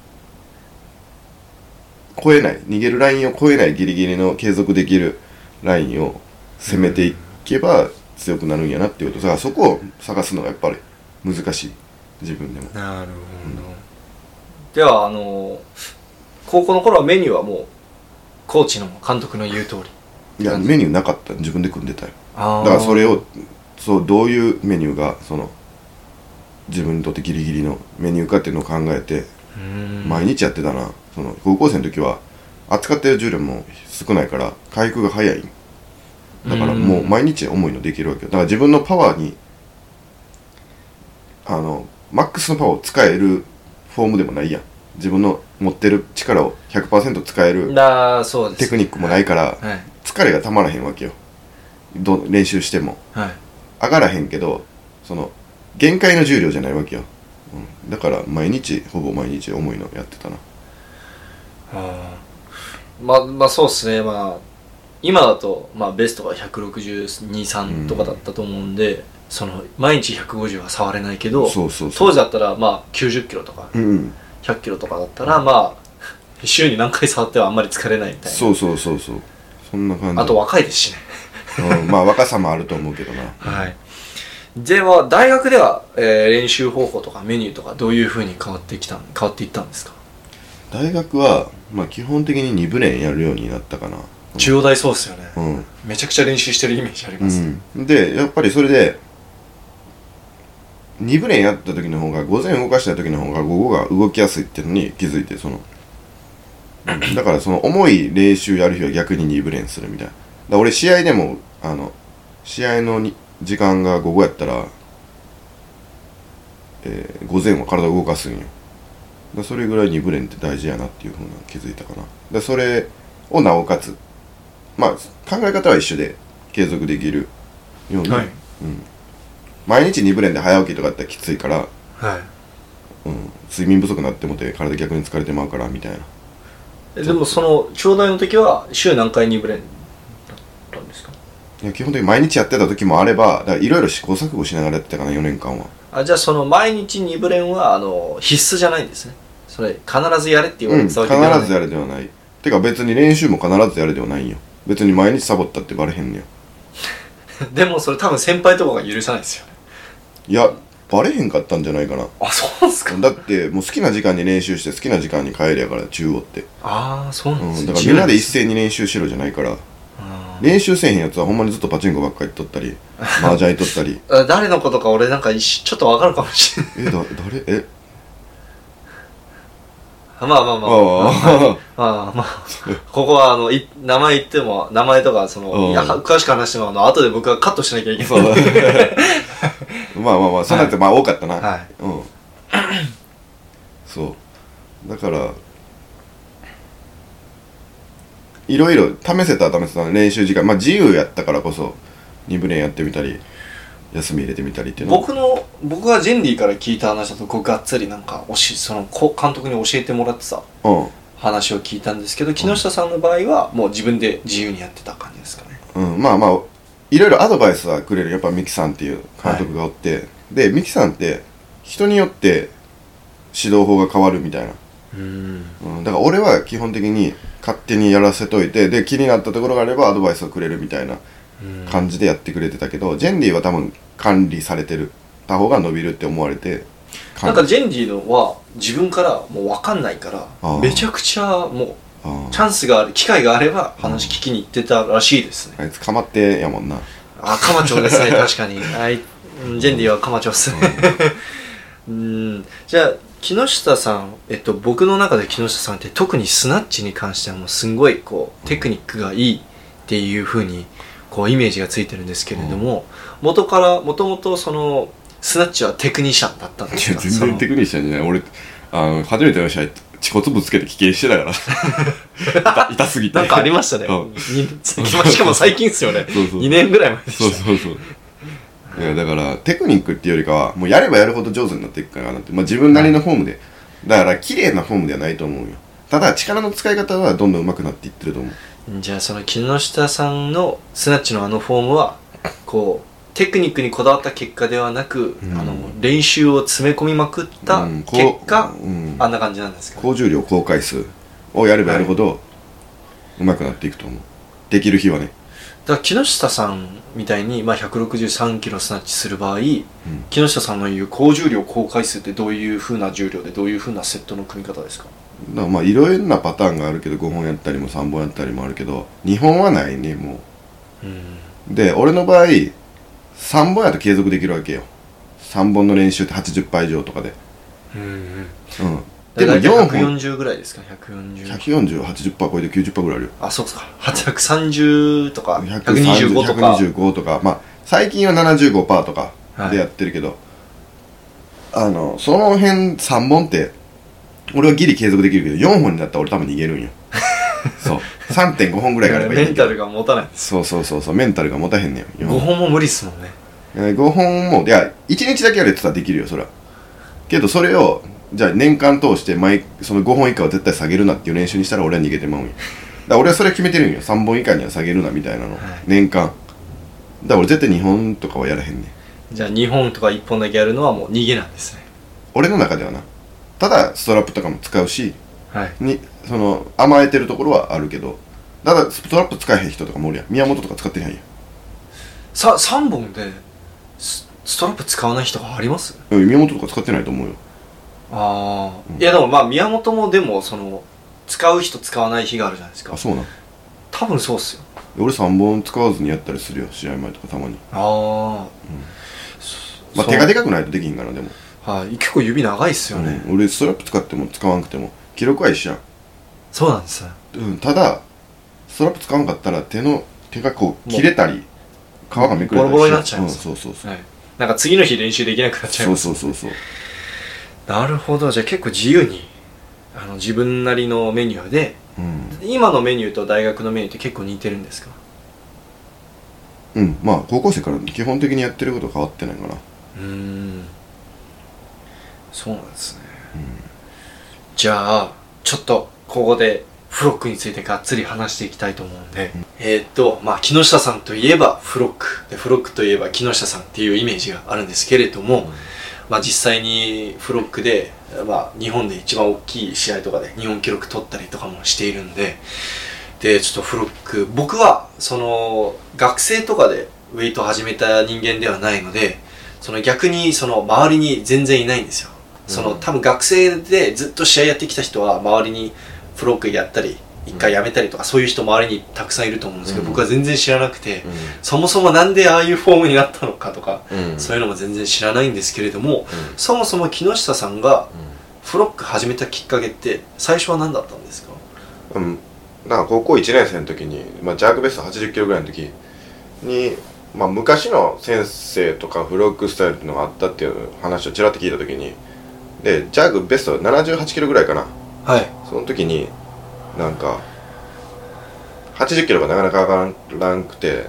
Speaker 2: 超えない逃げるラインを超えないギリギリの継続できるラインを攻めていけば強くなるんやなっていうことだからそこを探すのがやっぱり難しい自分でも
Speaker 1: なるほど、ではあの高校の頃はメニューはもうコーチの監督の言う通り
Speaker 2: いやメニューなかった自分で組んでたよ
Speaker 1: あ
Speaker 2: だからそれをそうどういうメニューがその自分にとってギリギリのメニューかっていうのを考えて毎
Speaker 1: 日
Speaker 2: 日やってたな、その高校生の時は扱ってる重量も少ないから回復が早いだからもう毎日重いのできるわけよだから自分のパワーにあのマックスのパワーを使えるフォームでもないやん自分の持ってる力を100%使える
Speaker 1: だそうです
Speaker 2: テクニックもないから
Speaker 1: はい
Speaker 2: 疲れがたまらへんわけよどう練習しても
Speaker 1: はい
Speaker 2: 上がらへんけどその限界の重量じゃないわけよ、うん、だから毎日ほぼ毎日重いのやってたな
Speaker 1: あーまあまあそうですねまあ今だと、まあ、ベストが1623とかだったと思うんで、その毎日150は触れないけど
Speaker 2: そうそうそう
Speaker 1: 当時だったらまあ90キロとか
Speaker 2: うんうん
Speaker 1: 100キロとかだったら、まあ週に何回触ってはあんまり疲れないみたいな
Speaker 2: そうそうそうそうそんな感じ
Speaker 1: あと、若いですしね
Speaker 2: うん、まあ若さもあると思うけどな <laughs>
Speaker 1: はい。では、大学では、えー練習方法とかメニューとかどういう風に変わってきたん、変わっていったんですか、
Speaker 2: 大学は、まあ、基本的に2部練やるようになったかな
Speaker 1: 中央大そうですよね、
Speaker 2: うん、
Speaker 1: めちゃくちゃ練習してるイメージあります。
Speaker 2: うん、でやっぱりそれで2部練やった時の方が午前動かした時の方が午後が動きやすいっていうのに気づい
Speaker 1: <clears throat>
Speaker 2: てそのうんだからその重い練習やる日は逆に2部練するみたいなだから俺試合でもあの試合のに時間が午後やったら、えー午前は体を動かすんよだからそれぐらい2部練って大事やなっていうふうなの気づいたかなでそれをなおかつまあ考え方は一緒で継続できるように、
Speaker 1: はい
Speaker 2: うん、毎日2部練で早起きとかやったらきついから、
Speaker 1: はい。
Speaker 2: うん、睡眠不足になってもて体逆に疲れてまうからみたいな
Speaker 1: えでも、その、中央大の時は、週何回にブレンだったんですか
Speaker 2: いや基本的に毎日やってた時もあればいろいろ試行錯誤しながらやってたかな4年間は
Speaker 1: あじゃあその毎日2ブレンはあの必須じゃないんですねそれ必ずやれって言わ
Speaker 2: う
Speaker 1: れ
Speaker 2: ん
Speaker 1: て
Speaker 2: 必
Speaker 1: たわけではない、
Speaker 2: ずやれではないてか別に練習も必ずやれではないんよ別に毎日サボったってバレへんねん
Speaker 1: <laughs> でもそれ多分先輩とかが許さないですよね
Speaker 2: いやバレへんかったんじゃないかな
Speaker 1: あそうですか
Speaker 2: だってもう好きな時間に練習して好きな時間に帰りやから中央って、
Speaker 1: ああそうなんで
Speaker 2: う
Speaker 1: す
Speaker 2: ん、
Speaker 1: ね
Speaker 2: だからみんなで一斉に練習しろじゃないから
Speaker 1: あー
Speaker 2: 練習せえへんやつはほんまにずっとパチンコばっかりとっ
Speaker 1: <laughs>
Speaker 2: たり麻雀行っとったり
Speaker 1: あ誰のことか俺なんか一瞬ちょっとわかるかもしれない
Speaker 2: えだ誰え
Speaker 1: まあまあまあ
Speaker 2: あ
Speaker 1: <laughs> ま
Speaker 2: あ
Speaker 1: あまあ、ここはあのい名前言っても、名前とかその、
Speaker 2: うん
Speaker 1: いや詳しく話してもらうの後で僕がカットしなきゃいけない。
Speaker 2: そう <laughs> まあまあまあそんなんてまあ多かったな、
Speaker 1: はい。
Speaker 2: うんそうだからいろいろ試せたら試せたら練習時間まあ自由やったからこそ2部練やってみたり休み入れてみたりっていうの
Speaker 1: 僕の、僕がジェンディから聞いた話だと、こうがっつりなんか教え、その、こ監督に教えてもらってた話を聞いたんですけど、木下さんの場合は、もう自分で自由にやってた感じですかね。
Speaker 2: うん、うん、まあまあいろいろアドバイスはくれるやっぱミキさんっていう監督がおって、でミキさんって人によって指導法が変わるみたいな
Speaker 1: うん
Speaker 2: うん、だから俺は基本的に勝手にやらせといてで気になったところがあればアドバイスをくれるみたいな
Speaker 1: うん
Speaker 2: 感じでやってくれてたけど、ジェンディは多分管理されてるた方が伸びるって思われて管
Speaker 1: なん
Speaker 2: 理
Speaker 1: かジェンディのは自分からもう分かんないから
Speaker 2: あー
Speaker 1: めちゃくちゃも
Speaker 2: あ
Speaker 1: う
Speaker 2: ー
Speaker 1: チャンスがある機会があれば話聞きに行ってたらしいですね
Speaker 2: あいつかまってやもんな
Speaker 1: あカマチョです <laughs> ね確かにはいうんジェンディはカマチョですねうんじゃあ木下さん、えっと、僕の中で木下さんって特にスナッチに関してはもうすんごいこうテクニックがいいっていう風にこうイメージがついてるんですけれども、元からもともとそのスナッチはテクニシャンだったんですか
Speaker 3: 全然テクニシャンじゃない俺あの初めての試合恥骨ぶつけて危険してたから
Speaker 1: <laughs>
Speaker 3: 痛痛すぎて
Speaker 1: なんかありましたね。
Speaker 3: うん
Speaker 1: に <laughs> しかも最近っすよね。
Speaker 3: そうそう
Speaker 1: 2年ぐらい前で
Speaker 3: そう
Speaker 1: した。
Speaker 3: そうそういやだからテクニックっていうよりかはもうやればやるほど上手になっていくからなって、まあ、自分なりのフォームでだから綺麗なフォームではないと思うよただ力の使い方はどんどん上手くなっていってると思う
Speaker 1: じゃあその木下さんのスナッチのあのフォームは、こう、テクニックにこだわった結果ではなく、
Speaker 2: うん
Speaker 1: あの、練習を詰め込みまくった
Speaker 3: うん
Speaker 1: 結果、
Speaker 2: うん
Speaker 1: あんな感じなんですか、
Speaker 2: 高重量高回数をやればやるほど上手くなっていくと思うできる日はね
Speaker 1: だから木下さんみたいに、まあ、163キロスナッチする場合、木下さんの言う高重量高回数ってどういう風な重量でどういう風なセットの組み方ですか
Speaker 2: だからまあいろいろなパターンがあるけど5本やったりも3本やったりもあるけど2本はないねも
Speaker 1: うん
Speaker 2: うで俺の場合3本やと継続できるわけよ3本の練習って80倍以上とかで
Speaker 1: うん
Speaker 2: うん
Speaker 1: で
Speaker 2: で
Speaker 1: も4本
Speaker 2: も4本
Speaker 1: 140ぐらいですか140
Speaker 2: 14080パー超えて90パーぐらいあるよ
Speaker 1: あそうか830とか
Speaker 2: 130
Speaker 1: 125とか
Speaker 2: 125とかまあ最近は75パーとか
Speaker 1: はい
Speaker 2: でやってるけど、あのその辺3本って俺はギリ継続できるけど4本になったら俺多分逃
Speaker 1: <laughs>
Speaker 2: げるんよそう3.5本ぐらいがあればいい
Speaker 1: メ
Speaker 2: ね
Speaker 1: ン
Speaker 2: んけど
Speaker 1: タルが持たない
Speaker 2: そうそうそうそうメンタルが持たへんねんよ
Speaker 1: 5
Speaker 2: 4
Speaker 1: 本も無理っすもんね
Speaker 2: えー5本もいや1日だけやるって言ったらできるよそらけどそれをじゃあ年間通して毎その5本以下は絶対下げるなっていう練習にしたら俺は逃げてまうんよだから俺はそれ決めてるんよ3本以下には下げるなみたいなの、
Speaker 1: はい
Speaker 2: 年間だから俺絶対2本とかはやらへんねん
Speaker 1: じゃあ2本とか1本だけやるのはもう逃げなんですね
Speaker 2: 俺の中ではなただストラップとかも使うし
Speaker 1: はい
Speaker 2: にその甘えてるところはあるけどただストラップ使えへん人とかもおるやん宮本とか使ってへんやん
Speaker 1: さ3本でスストラップ使わない人があります
Speaker 2: うん宮本とか使ってないと思うよ
Speaker 1: ああ、いやでもまあ宮本もでもその使う人使わない日があるじゃないですか
Speaker 2: あそうなん
Speaker 1: 多分そうっすよ
Speaker 2: 俺3本使わずにやったりするよ試合前とかたまに
Speaker 1: ああ、
Speaker 2: ま
Speaker 1: そ
Speaker 2: あ、
Speaker 1: う
Speaker 2: 手がでかくないとできひんからでも、
Speaker 1: はい結構指長いっすよね、
Speaker 2: うん俺ストラップ使っても使わなくても記録は一緒や
Speaker 1: そうなんですね
Speaker 2: ん、うん、ただストラップ使わんかったら手の手がこう切れたり皮がめくれたり
Speaker 1: ボロボロになっちゃいます
Speaker 2: うん、そうそうそう、
Speaker 1: はい、なんか次の日練習できなくなっちゃい
Speaker 2: そう
Speaker 1: ます
Speaker 2: そうそうそう
Speaker 1: なるほどじゃあ結構自由にあの自分なりのメニューで
Speaker 2: うん、
Speaker 1: 今のメニューと大学のメニューって結構似てるんですか
Speaker 2: うん、まあ高校生から基本的にやってること変わってないかな
Speaker 1: うーんそうなんですね、じゃあちょっとここでフロックについてがっつり話していきたいと思うんで、えーっとまあ木下さんといえばフロックでフロックといえば木下さんっていうイメージがあるんですけれども、まあ、実際にフロックで、まあ、日本で一番大きい試合とかで日本記録取ったりとかもしているんででちょっとフロック僕はその学生とかでウェイトを始めた人間ではないのでその逆にその周りに全然いないんですよその、
Speaker 3: うん
Speaker 1: 多分学生でずっと試合やってきた人は周りにフロックやったり一回やめたりとか、そういう人周りにたくさんいると思うんですけど、
Speaker 3: うん
Speaker 1: 僕は全然知らなくて、そもそもなんでああいうフォームになったのかとか、
Speaker 3: うん
Speaker 1: そういうのも全然知らないんですけれども、そもそも木下さんがフロック始めたきっかけって最初は何だったんですか
Speaker 3: うん、だから高校1年生の時に、まあ、ジャークベスト80キロぐらいの時に、まあ、昔の先生とかフロックスタイルっていうのがあったっていう話をちらっと聞いた時にでジャークベスト78キロぐらいかな
Speaker 1: はい
Speaker 3: その時になんか80キロがなかなか上がらんくて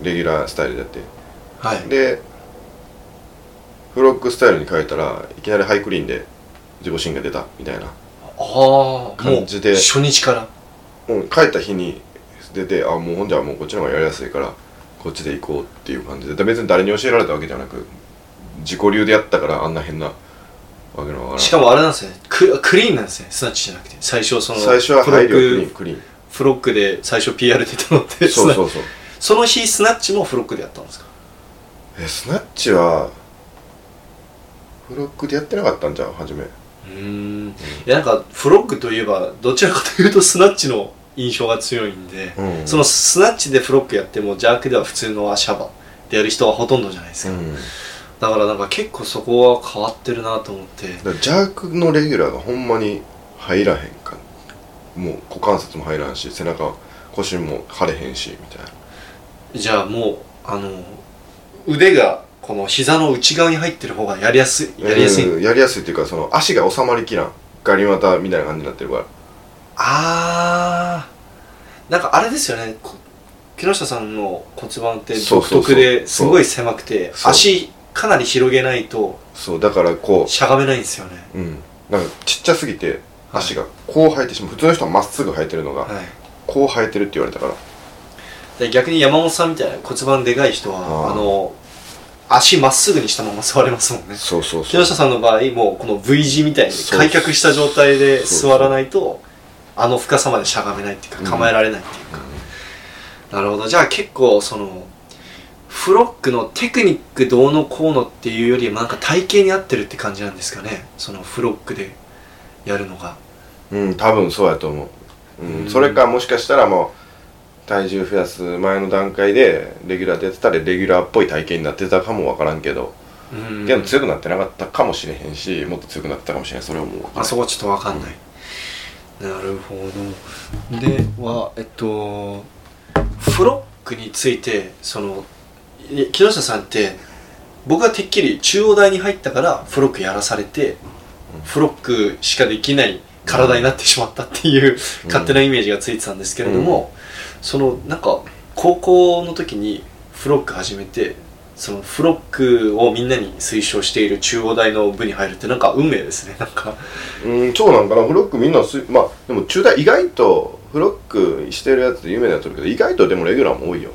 Speaker 3: レギュラースタイルでやって
Speaker 1: はい
Speaker 3: でフロックスタイルに変えたらいきなりハイクリーンで自己芯が出たみたいな
Speaker 1: ああもう
Speaker 3: 感じで
Speaker 1: 初日から
Speaker 3: うん、帰った日に出てあもうほんじゃもうこっちの方がやりやすいからこっちで行こうっていう感じでで別に誰に教えられたわけじゃなく自己流でやったからあんな変な
Speaker 2: わけのわからん
Speaker 1: しかもあれなんですねククリーンなんですねスナッチじゃなくて最初その
Speaker 2: 最初は
Speaker 1: フロ
Speaker 2: 配
Speaker 1: ッ
Speaker 2: 慮クリーン
Speaker 1: ク
Speaker 2: クリーン
Speaker 1: フロックで最初 PR 出たのって
Speaker 2: そう
Speaker 1: スナ
Speaker 2: そ
Speaker 1: ッ
Speaker 2: うそう
Speaker 1: その日スナッチもフロックでやったんですか
Speaker 2: えスナッチはフロックでやってなかったんじゃん初め
Speaker 1: うーんいやなんかフロックといえばどちらかというとスナッチの印象が強いんで、
Speaker 2: うん
Speaker 1: そのスナッチでフロックやってもジャークでは普通の足幅でやる人はほとんどじゃないです
Speaker 2: う
Speaker 1: か、
Speaker 2: んだ
Speaker 1: だからなんか結構そこは変わってるなと思って
Speaker 2: からジャークのレギュラーがほんまに入らへんかもう股関節も入らんし背中腰も腫れへんしみたいな
Speaker 1: じゃあもうあの腕がこの膝の内側に入ってる方がやりやすいやりやすい、
Speaker 2: うんやりやすいっていうかその足が収まりきらんガリ股みたいな感じになってるから
Speaker 1: あーなんかあれですよねこ木下さんの骨盤って
Speaker 2: そう
Speaker 1: 独
Speaker 2: そうそう
Speaker 1: 特ですごい狭くて
Speaker 2: そう
Speaker 1: 足かなり広げないと
Speaker 2: そうだからこ
Speaker 1: しゃがめないんですよね
Speaker 2: ううんなんかちっちゃすぎて
Speaker 1: はい
Speaker 2: 足がこう生えてしまう普通の人はまっすぐ生えてるのが
Speaker 1: はい
Speaker 2: こう生えてるって言われたから
Speaker 1: で逆に山本さんみたいな骨盤でかい人は
Speaker 2: あー
Speaker 1: あの足まっすぐにしたまま座れますもんね
Speaker 2: そうそう
Speaker 1: 木
Speaker 2: そう
Speaker 1: 下さんの場合もうこの V 字みたいに
Speaker 2: そう
Speaker 1: 開脚した状態で
Speaker 2: そうそ
Speaker 1: 座
Speaker 2: う
Speaker 1: らないとあの深さまでしゃがめないっていうか
Speaker 2: うん
Speaker 1: 構えられないっていうか、なるほどじゃあ結構そのフロックのテクニックどうのこうのっていうよりもなんか体型に合ってるって感じなんですかねそのフロックでやるのが
Speaker 2: うん多分そうやと思う、うん
Speaker 1: うん
Speaker 2: それかもしかしたらもう体重増やす前の段階でレギュラーでやってたらレギュラーっぽい体型になってたかもわからんけど、
Speaker 1: うん
Speaker 2: でも強くなってなかったかもしれへんしもっと強くなってたかもしれないそれはもう
Speaker 1: あそこちょっとわかんない、なるほどではえっとフロックについてそのい木下さんって僕はてっきり中央大に入ったからフロックやらされてフロックしかできない体になってしまったっていう、勝手なイメージがついてたんですけれども、そのなんか高校の時にフロック始めてそのフロックをみんなに推奨している中央大の部に入るってなんか運命ですねなんか
Speaker 2: うんそうなんかなフロックみんなすまあでも中大意外とフロックしてるやつで有名になってるけど意外とでもレギュラーも多いよ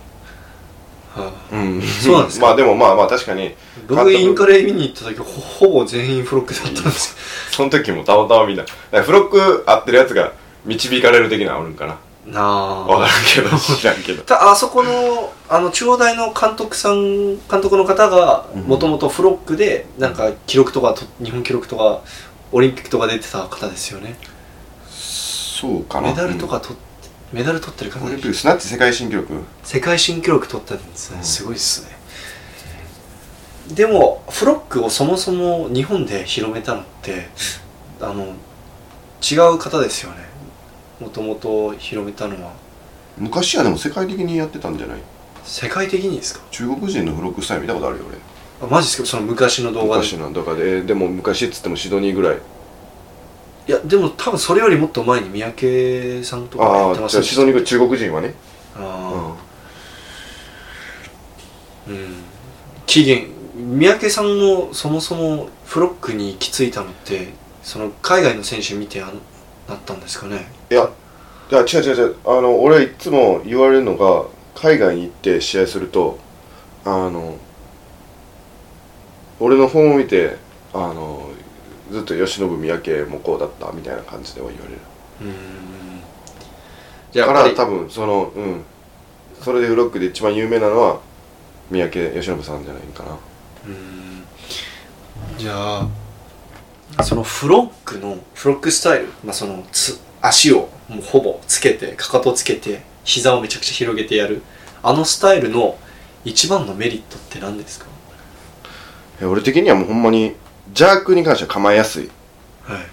Speaker 1: はあ
Speaker 2: うん
Speaker 1: そうなんですか
Speaker 2: まあでもまあまあ確かに
Speaker 1: 僕インカレ見に行った時ほほぼ全員フロックだったんです
Speaker 2: その時もたまたまみんなだからフロック合ってるやつが導かれる的なのあるんかな
Speaker 1: よなあ
Speaker 2: わからんけど <laughs> 知らんけど
Speaker 1: たあそこのあの中央大の監督さん監督の方が
Speaker 2: うん
Speaker 1: もともとフロックでなんか記録とかと日本記録とかオリンピックとか出てた方ですよね
Speaker 2: そうかな
Speaker 1: メダルとか取って、メダル取ってる
Speaker 2: うん
Speaker 1: 方
Speaker 2: オリン
Speaker 1: で
Speaker 2: ピックスナッチ世界新記録
Speaker 1: 世界新記録取ったんですね、
Speaker 2: うん
Speaker 1: すごいっすねでもフロックをそもそも日本で広めたのってあの違う方ですよねもともと広めたのは
Speaker 2: 昔はでも世界的にやってたんじゃない
Speaker 1: 世界的にですか
Speaker 2: 中国人のフロックスタイル見たことあるよ俺
Speaker 1: あマジですかその昔の動画で
Speaker 2: 昔のとかでえーでも昔っつってもシドニーぐらい
Speaker 1: いやでも多分それよりもっと前に三宅さんとかや
Speaker 2: あ
Speaker 1: って
Speaker 2: あ
Speaker 1: ま
Speaker 2: じゃ
Speaker 1: す
Speaker 2: あシドニーぐらい中国人はね
Speaker 1: あ
Speaker 2: う
Speaker 1: ーうん起源三宅さんもそもそもフロックに行き着いたのってその海外の選手見てあんなったんですかね
Speaker 2: いやいや違う違う違うあの俺はいつも言われるのが海外に行って試合するとあの俺の本を見てあのずっと慶喜三宅もこうだったみたいな感じでは言われる
Speaker 1: うーんじ
Speaker 2: だ
Speaker 1: ゃあ
Speaker 2: か
Speaker 1: や
Speaker 2: ら
Speaker 1: っぱ
Speaker 2: 多分そのうんそれでフロックで一番有名なのは三宅慶喜さんじゃないかな
Speaker 1: りうーんじゃあそのフロックのフロックスタイル、まあ、そのつ足をもうほぼつけてかかとつけて膝をめちゃくちゃ広げてやるあのスタイルの一番のメリットって何ですか
Speaker 2: え俺的にはもうほんまにジャークに関しては構えやすい、うん、
Speaker 1: はい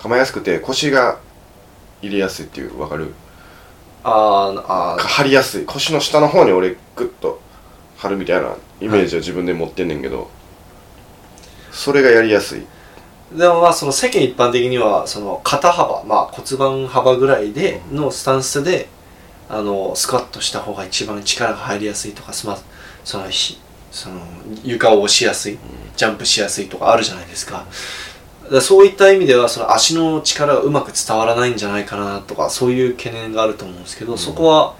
Speaker 2: 構えやすくて腰が入れやすいっていうわかる
Speaker 1: あーあー
Speaker 2: 張りやすい腰の下の方に俺グッと張るみたいなイメージを自分で持ってんねんけど、それがやりやすい
Speaker 1: でもまあその世間一般的にはその肩幅、まあ、骨盤幅ぐらいでのスタンスであのスクワットした方が一番力が入りやすいとかスマそのひその床を押しやすいジャンプしやすいとかあるじゃないですかだからそういった意味ではその足の力がうまく伝わらないんじゃないかなとかそういう懸念があると思うんですけど、そこは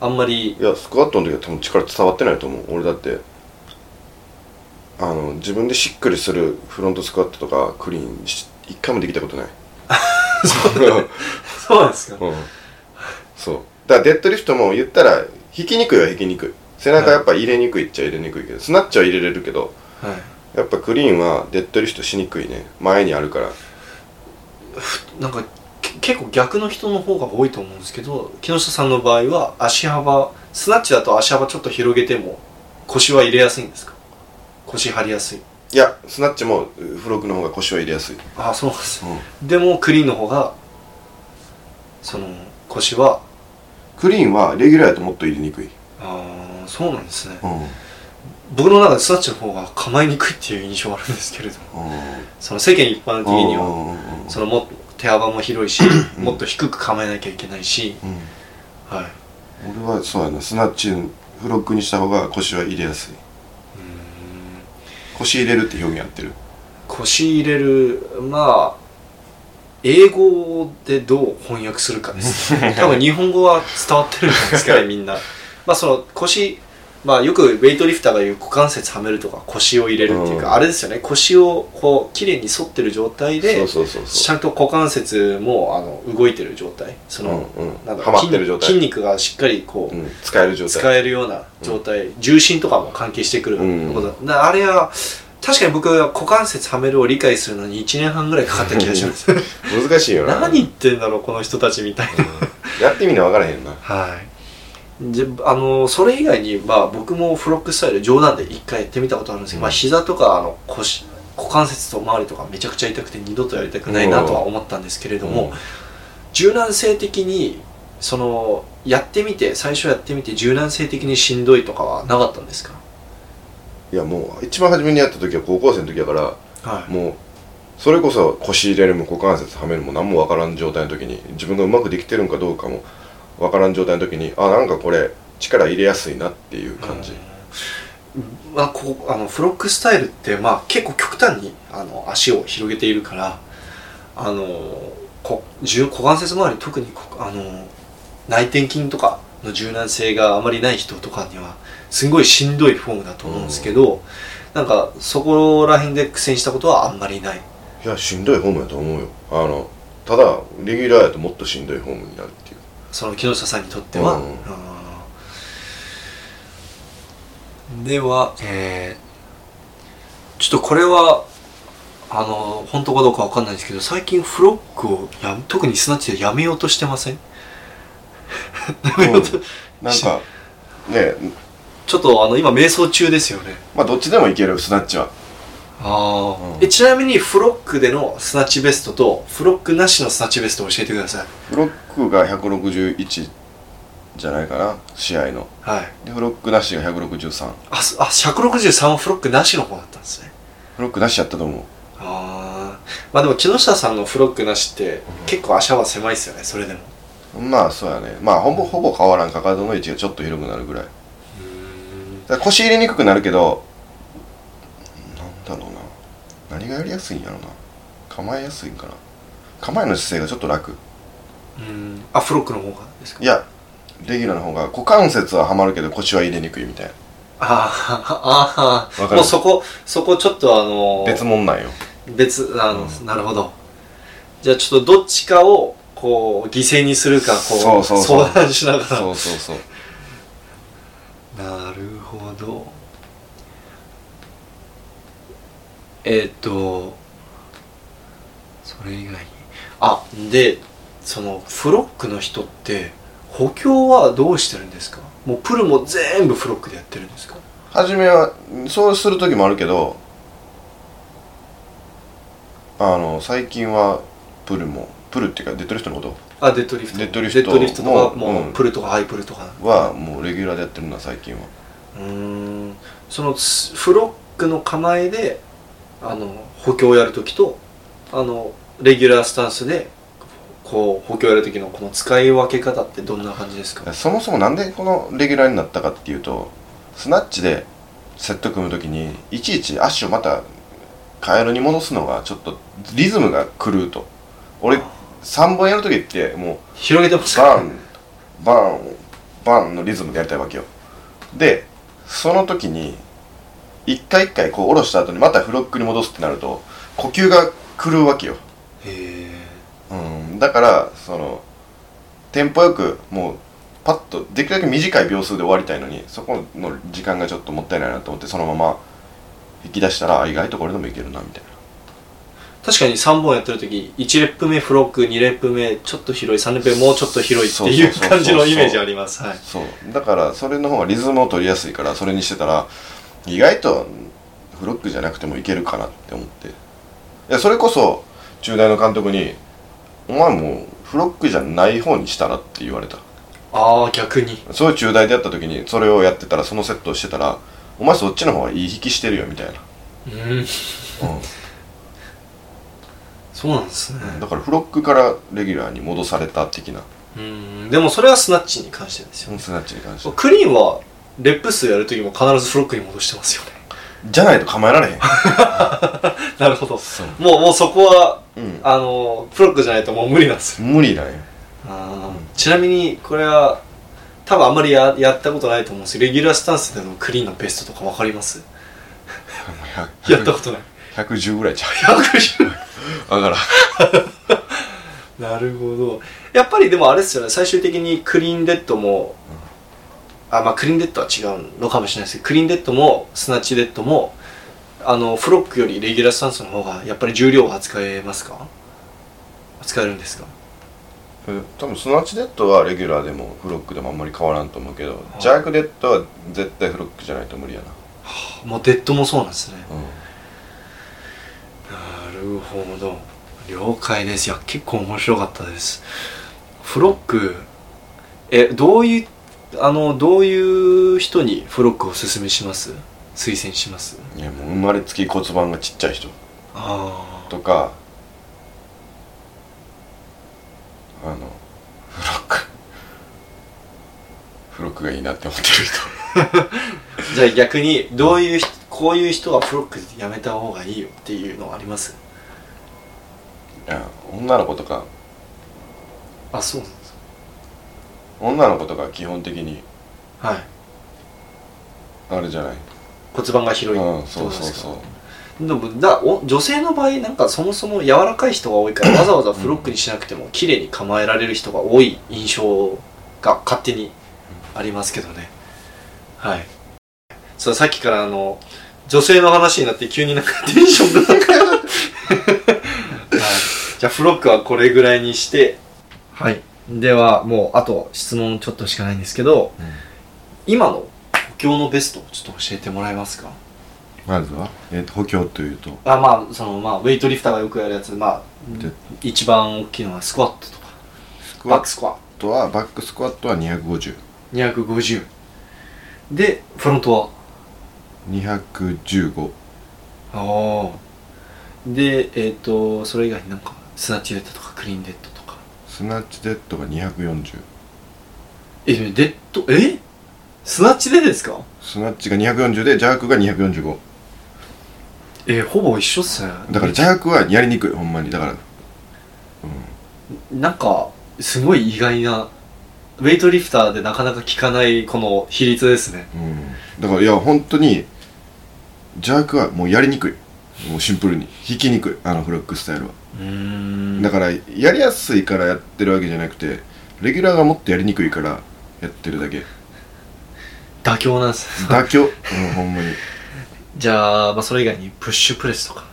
Speaker 1: あんまり
Speaker 2: いやスクワットの時は多分力伝わってないと思う俺だってあの自分でしっくりするフロントスクワットとかクリーンし一回もできたこと <laughs> ない
Speaker 1: <laughs> そうなんですか
Speaker 2: <laughs> うんそうだからデッドリフトも言ったら引きにくいは引きにくい背中やっぱ入れにくいっちゃ入れにくいけどスナッチは入れれるけど
Speaker 1: はい
Speaker 2: やっぱクリーンはデッドリフトしにくいね前にあるから
Speaker 1: なんかけ結構逆の人の方が多いと思うんですけど木下さんの場合は足幅スナッチだと足幅ちょっと広げても腰は入れやすいんですか腰張りやすい
Speaker 2: いやスナッチもフロックの方が腰を入れやすい、
Speaker 1: ああそうなんですねでもクリーンの方がその腰は
Speaker 2: クリーンはレギュラーやともっと入れにくい、
Speaker 1: ああそうなんですね
Speaker 2: うん
Speaker 1: 僕の中でスナッチの方が構えにくいっていう印象があるんですけれどもその世間一般的にはそのもっと手幅も広いしもっと低く構えなきゃいけないし、はい
Speaker 2: 俺はそうやなスナッチフロックにした方が腰は入れやすい腰入れるって表現やってる
Speaker 1: 腰入れるまあ英語でどう翻訳するかです
Speaker 2: <laughs>
Speaker 1: 多分日本語は伝わってるんじゃないですかねみんなまあその腰まあよくウェイトリフターが言う股関節はめるとか腰を入れるっていうか、
Speaker 2: うん
Speaker 1: あれですよね腰をこう綺麗に反ってる状態で
Speaker 2: そうそうそう
Speaker 1: ち
Speaker 2: そ
Speaker 1: ゃんと股関節もあの動いてる状態そうの、
Speaker 2: うんうん
Speaker 1: なんだ
Speaker 2: はまってる状態
Speaker 1: 筋筋肉がしっかりこう、
Speaker 2: うん、使える状態
Speaker 1: 使えるような状態、重心とかも関係してくること、なあれは確かに僕は股関節はめるを理解するのに1年半ぐらいかかった気がします <laughs>
Speaker 2: 難しいよな
Speaker 1: 何言ってんだろうこの人たちみたいな
Speaker 2: やってみな分からへんな
Speaker 1: はいであのそれ以外に、まあ、僕もフロックスタイル冗談で一回やってみたことあるんですけど、
Speaker 2: うん
Speaker 1: まあ膝とかあの腰股関節と周りとかめちゃくちゃ痛くて二度とやりたくないなとは思ったんですけれども、柔軟性的にそのやってみて最初やってみて柔軟性的にしんどいとかはなかったんですか
Speaker 2: いやもう一番初めにやった時は高校生の時やから
Speaker 1: はい
Speaker 2: もうそれこそ腰入れるも股関節はめるも何も分からん状態の時に自分がうまくできてるんかどうかも分からん状態の時にあなんかこれ力入れやすいなっていう感じ、
Speaker 1: うんまあ、こうあのフロックスタイルって、まあ、結構極端にあの足を広げているからあのこ重股関節周り特にこあの内転筋とかの柔軟性があまりない人とかにはすごいしんどいフォームだと思うんですけど、なんかそこら辺で苦戦したことはあんまりない
Speaker 2: いやしんどいホームやと思うよあのただレギュラーやともっとしんどいホームになるっていう
Speaker 1: その木下さんにとっては、
Speaker 2: うん
Speaker 1: うんでは、えーちょっとこれはあの本当かどうかわかんないですけど最近フロックをや特にスナッチでやめようとしてませんやめ <laughs>
Speaker 2: <laughs>
Speaker 1: ようと
Speaker 2: なんかね
Speaker 1: ちょっとあの今瞑想中ですよね
Speaker 2: まあどっちでもいけるスナッチは
Speaker 1: ああ、
Speaker 2: うん
Speaker 1: えちなみにフロックでのスナッチベストとフロックなしのスナッチベストを教えてください
Speaker 2: フロックが161じゃないかな試合の
Speaker 1: はい
Speaker 2: でフロックなしが163
Speaker 1: あすあ163はフロックなしの方だったんですね
Speaker 2: フロックなしやったと思う
Speaker 1: あーまあでも木下さんのフロックなしって結構足幅狭いですよねそれでも
Speaker 2: まあそうやねまあほぼほぼ変わらんかかとの位置がちょっと広くなるぐらいだから腰入れにくくなるけどなんだろうな何がやりやすいんやろな構えやすいんかな構えの姿勢がちょっと楽
Speaker 1: うんあフロックの方がですか
Speaker 2: いやレギュラーの方が股関節ははまるけど腰は入れにくいみたいな
Speaker 1: あーあ
Speaker 2: わ
Speaker 1: ー
Speaker 2: かる
Speaker 1: もうそこそこちょっとあのー
Speaker 2: 別物なんよ
Speaker 1: 別あの、なるほどじゃあちょっとどっちかをこう犠牲にするかこう
Speaker 2: そうそうそう
Speaker 1: 相談しながら
Speaker 2: そうそうそう
Speaker 1: なるほどえーっとそれ以外にあでそのフロックの人って補強はどうしてるんですかもうプルも全部フロックでやってるんですか
Speaker 2: 初めはそうする時もあるけどあの最近はプルもプルっていうかデッドリフトのこと
Speaker 1: あデッドリフト
Speaker 2: デッドリフト
Speaker 1: デッドリフトとか
Speaker 2: も
Speaker 1: も
Speaker 2: う
Speaker 1: うんプルとかハイプルとか
Speaker 2: はもうレギュラーでやってるな最近は
Speaker 1: うーんそのすフロックの構えであの補強をやるときとあのレギュラースタンスでこう補強をやるときのこの使い分け方ってどんな感じですか
Speaker 2: そもそもなんでこのレギュラーになったかっていうとスナッチでセット組む時にいちいち足をまたカエルに戻すのがちょっとリズムが狂うと俺3本やる時ってもう
Speaker 1: 広げてます
Speaker 2: バ
Speaker 1: か
Speaker 2: ンバンバンのリズムでやりたいわけよでその時に
Speaker 3: 一回一回こう下ろした後にまたフロックに戻すってなると呼吸が狂うわけよ、
Speaker 1: へ
Speaker 3: うん、だからそのテンポよくもうパッとできるだけ短い秒数で終わりたいのにそこの時間がちょっともったいないなと思ってそのまま引き出したらあ意外とこれでもいけるなみたいな
Speaker 1: 確かに3本やってる時1レップ目フロック2レップ目ちょっと広い3レップ目もうちょっと広いってい
Speaker 3: そうそうそう
Speaker 1: う
Speaker 3: そう
Speaker 1: 感じのイメージありますはい
Speaker 3: そうだからそれの方がリズムを取りやすいからそれにしてたら意外とフロックじゃなくてもいけるかなって思っていやそれこそ中大の監督に「お前もうフロックじゃない方にしたら」って言われた
Speaker 1: ああ逆に
Speaker 3: そういう中大でやった時にそれをやってたらそのセットをしてたら「お前そっちの方がいい引きしてるよ」みたいな、
Speaker 1: うん
Speaker 3: う
Speaker 1: そうなんですね
Speaker 3: ん、だからフロックからレギュラーに戻された的な
Speaker 1: うんでもそれはスナッチに関してですよ
Speaker 3: そのスナッチに関して
Speaker 1: クリーンはレップ数やるときも必ずフロックに戻してますよね <laughs>
Speaker 3: じゃないと構えられへん
Speaker 1: なるほど
Speaker 3: そう
Speaker 1: もうもうそこは
Speaker 3: うん
Speaker 1: あのフロックじゃないともう無理なんですよ
Speaker 3: 無理だね
Speaker 1: あーちなみにこれは多分あんまりややったことないと思うんですけどレギュラースタンスでのクリーンのベストとか分かりますやった
Speaker 3: <laughs>
Speaker 1: ことない
Speaker 3: 110ぐらいちゃう
Speaker 1: 110
Speaker 3: だから
Speaker 1: なるほどやっぱりでもあれですよね最終的にクリーンデッドも、あまあクリーンデッドは違うのかもしれないですけどクリーンデッドもスナッチデッドもあのフロックよりレギュラースタンスの方がやっぱり重量を扱えますか扱えるんですか
Speaker 3: え多分スナッチデッドはレギュラーでもフロックでもあんまり変わらんと思うけど、
Speaker 1: い
Speaker 3: ジャークデッドは絶対フロックじゃないと無理やな、
Speaker 1: もうデッドもそうなんですね
Speaker 3: う
Speaker 1: なるほど了解ですいや結構面白かったですフロックえどういうあのどういう人にフロックをおすすめします推薦します
Speaker 3: ん、いやもう生まれつき骨盤がちっちゃい人
Speaker 1: あ
Speaker 3: とかあのフロックフロックがいいなって思ってる
Speaker 2: <laughs>
Speaker 3: 人
Speaker 1: あじゃあ逆にどういう人こういう人はフロックやめた方がいいよっていうのはあります
Speaker 3: いや女の子とか
Speaker 1: あそうなんです
Speaker 3: 女の子とか基本的に
Speaker 1: かはい
Speaker 3: あれじゃない
Speaker 1: 骨盤が広い
Speaker 3: うんそうそう
Speaker 1: う
Speaker 3: そ
Speaker 1: でもだお女性の場合なんかそもそも柔らかい人が多いからわざわざフロックにしなくても綺麗に構えられる人が多い印象が勝手にありますけどねはいそうさっきからあの女性の話になって急になんかテンションが高い、はい、じゃあフロックはこれぐらいにしてはいではもうあと質問ちょっとしかないんですけど、
Speaker 3: うん
Speaker 1: 今の補強のベストをちょっと教えてもらえますか
Speaker 2: うまずは、えーと補強というと
Speaker 1: あまあそのまあウェイトリフターがよくやるやつまあ
Speaker 2: で
Speaker 1: 一番大きいのはスクワットとか
Speaker 2: スク
Speaker 1: バッ
Speaker 2: ワ
Speaker 1: ク
Speaker 2: ッ
Speaker 1: スクワ
Speaker 2: トはバックスクワットは250250
Speaker 1: 250でフロントは
Speaker 2: 215
Speaker 1: ああでえっ、とそれ以外になんかスナッチデッドとかクリーンデッドとか
Speaker 2: スナッチデッドが240
Speaker 1: えデッドえスナッチでですか
Speaker 2: スナッチが240でジャークが245
Speaker 1: えほぼ一緒っすね
Speaker 2: だからジャークはやりにくいほんまにだから
Speaker 1: なんかすごい意外なウェイトリフターでなかなか効かないこの比率ですね
Speaker 2: うんだからいや本当にジャークはもうやりにくいもうシンプルに引きにくいあのフロックスタイルは、
Speaker 1: うーん
Speaker 2: だからやりやすいからやってるわけじゃなくてレギュラーがもっとやりにくいからやってるだけ
Speaker 1: 妥協なんですね
Speaker 2: 妥協、うん、ほんまに
Speaker 1: <laughs> じゃあ、まあ、それ以外にプッシュプレスとか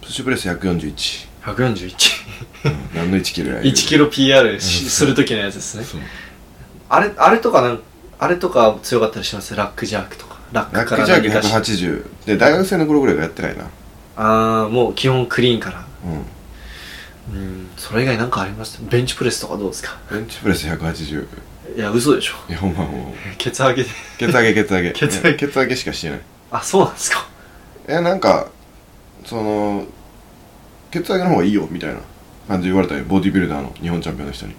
Speaker 2: プッシュプレス141、
Speaker 1: <laughs> 141
Speaker 2: うん、何の1キロや
Speaker 1: 1キロ PR しする時のやつですね
Speaker 2: そう
Speaker 1: <laughs> あれあれとかなんあれとか強かったりしますラックジャークとかラッ
Speaker 2: ラ
Speaker 1: クか
Speaker 2: ック
Speaker 1: ら
Speaker 2: ジャー
Speaker 1: 投
Speaker 2: ク
Speaker 1: げ出し
Speaker 2: 180で大学生の頃ぐらいからやってないな
Speaker 1: ああもう基本クリーンから
Speaker 2: うん
Speaker 1: うんそれ以外なんかありますベンチプレスとかどうですか
Speaker 2: ベンチプレス180
Speaker 1: いや嘘でしょ
Speaker 2: いやほんまもう
Speaker 1: ケツ上げで
Speaker 2: ケツ上げケツ上げ
Speaker 1: <laughs> ケツ上げ
Speaker 2: ケツ上げしかしてない
Speaker 1: <laughs> あそうなんですか
Speaker 2: えなんかそのケツ上げの方がいいよみたいな感じで言われたよボディビルダーの日本チャンピオンの人に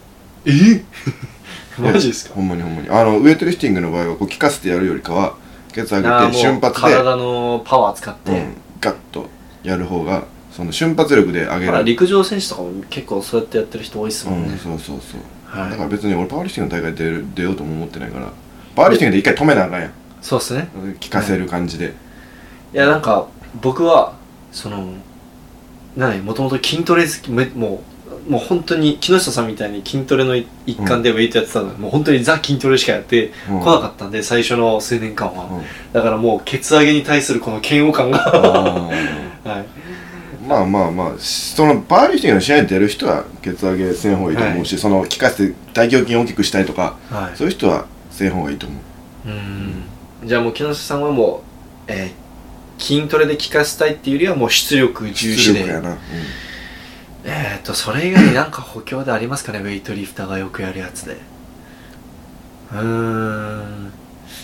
Speaker 1: え <laughs> マジですか
Speaker 2: ほんまにほんまにあのウエイトリフティングの場合はこう効かせてやるよりかはケツ上
Speaker 1: あ
Speaker 2: げて
Speaker 1: ーも
Speaker 2: 瞬
Speaker 1: う
Speaker 2: 発で、
Speaker 1: 体のパワー使っ
Speaker 2: う
Speaker 1: て、
Speaker 2: ん、ガッとやる方がその瞬発力で上
Speaker 1: ほら
Speaker 2: げられる
Speaker 1: 陸上選手とかも結構そうやってやってる人多いです
Speaker 2: う
Speaker 1: もん
Speaker 2: ん
Speaker 1: ね、
Speaker 2: そうそうそう、
Speaker 1: はい
Speaker 2: だから別に俺パワーリフティングの大会出る出ようとも思ってないからパワーリフティングで一回止めなあかんやん
Speaker 1: そうですね
Speaker 2: 効かせる感じで、
Speaker 1: いやなんか僕はその何もともと筋トレ好きめもうもう本当に木下さんみたいに筋トレの一環でウェイトやってたの、もう本当にザ筋トレしかやって
Speaker 2: うん
Speaker 1: こなかったんで、最初の数年間は、
Speaker 2: うん
Speaker 1: だからもうケツ上げに対するこの嫌悪感が
Speaker 2: あ
Speaker 1: <laughs> はい
Speaker 2: ーまあまあまあそのバーリフティングの試合に出る人はケツ上げせん方がいいと思うし、その効かせて大胸筋大きくしたいとか
Speaker 1: はい
Speaker 2: そういう人はせん方がいいと思う
Speaker 1: うんじゃあもう木下さんはもう、えー筋トレで効かせたいっていうよりはもう出力重視
Speaker 2: 出力
Speaker 1: で
Speaker 2: やな、うん
Speaker 1: えっとそれ以外になんか補強でありますかねウェイトリフターがよくやるやつでうーん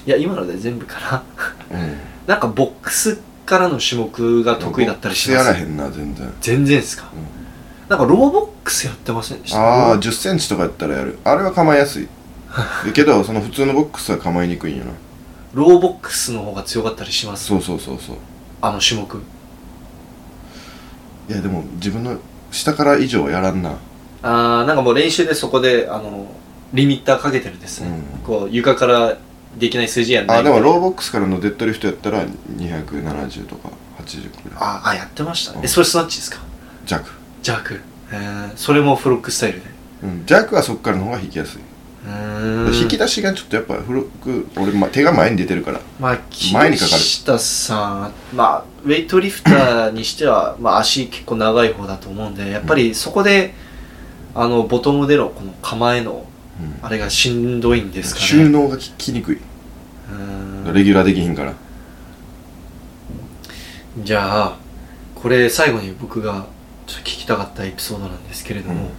Speaker 1: いや今ので全部かな <laughs>
Speaker 2: うん、
Speaker 1: なんかボックスからの種目が得意だったりしま
Speaker 2: ボックスや
Speaker 1: す
Speaker 2: らへんな全然
Speaker 1: 全然ですか、なんかローボックスやってませんでした
Speaker 2: ああ1 0ンチとかやったらやるあれは構えや
Speaker 1: <laughs>
Speaker 2: すいだけどその普通のボックスは構えにくいんよな
Speaker 1: ローボックスの方が強かったりします
Speaker 2: そうそうそうそう
Speaker 1: あの種目
Speaker 2: いやでも自分の下から以上はやらんな
Speaker 1: あーなんかもう練習でそこであのリミッターかけてるんですね、
Speaker 2: うん
Speaker 1: こう床からできない数字やんない
Speaker 2: あでも
Speaker 1: みたいな
Speaker 2: ローボックスからのデッドリフトやったら270とか80くらい
Speaker 1: ああやってましたね、
Speaker 2: うん
Speaker 1: えそれスナッチですか
Speaker 2: 弱、
Speaker 1: ジャークへーそれもフロックスタイルで
Speaker 2: うん、弱はそっからの方が引きやすい、
Speaker 1: うーん
Speaker 2: 引き出しがちょっとやっぱ古く俺、ま、手が前に出てるから
Speaker 1: まあ
Speaker 2: 前にかかる
Speaker 1: 下さんまあウェイトリフターにしてはまあ足結構長い方だと思うんでやっぱりそこで、あのボトムでのこの構えの
Speaker 2: うん
Speaker 1: あれがしんどいんですかね
Speaker 2: 収納がききにくい、
Speaker 1: うーん
Speaker 2: レギュラーできひんから
Speaker 1: じゃあこれ最後に僕がちょっと聞きたかったエピソードなんですけれども、
Speaker 2: うん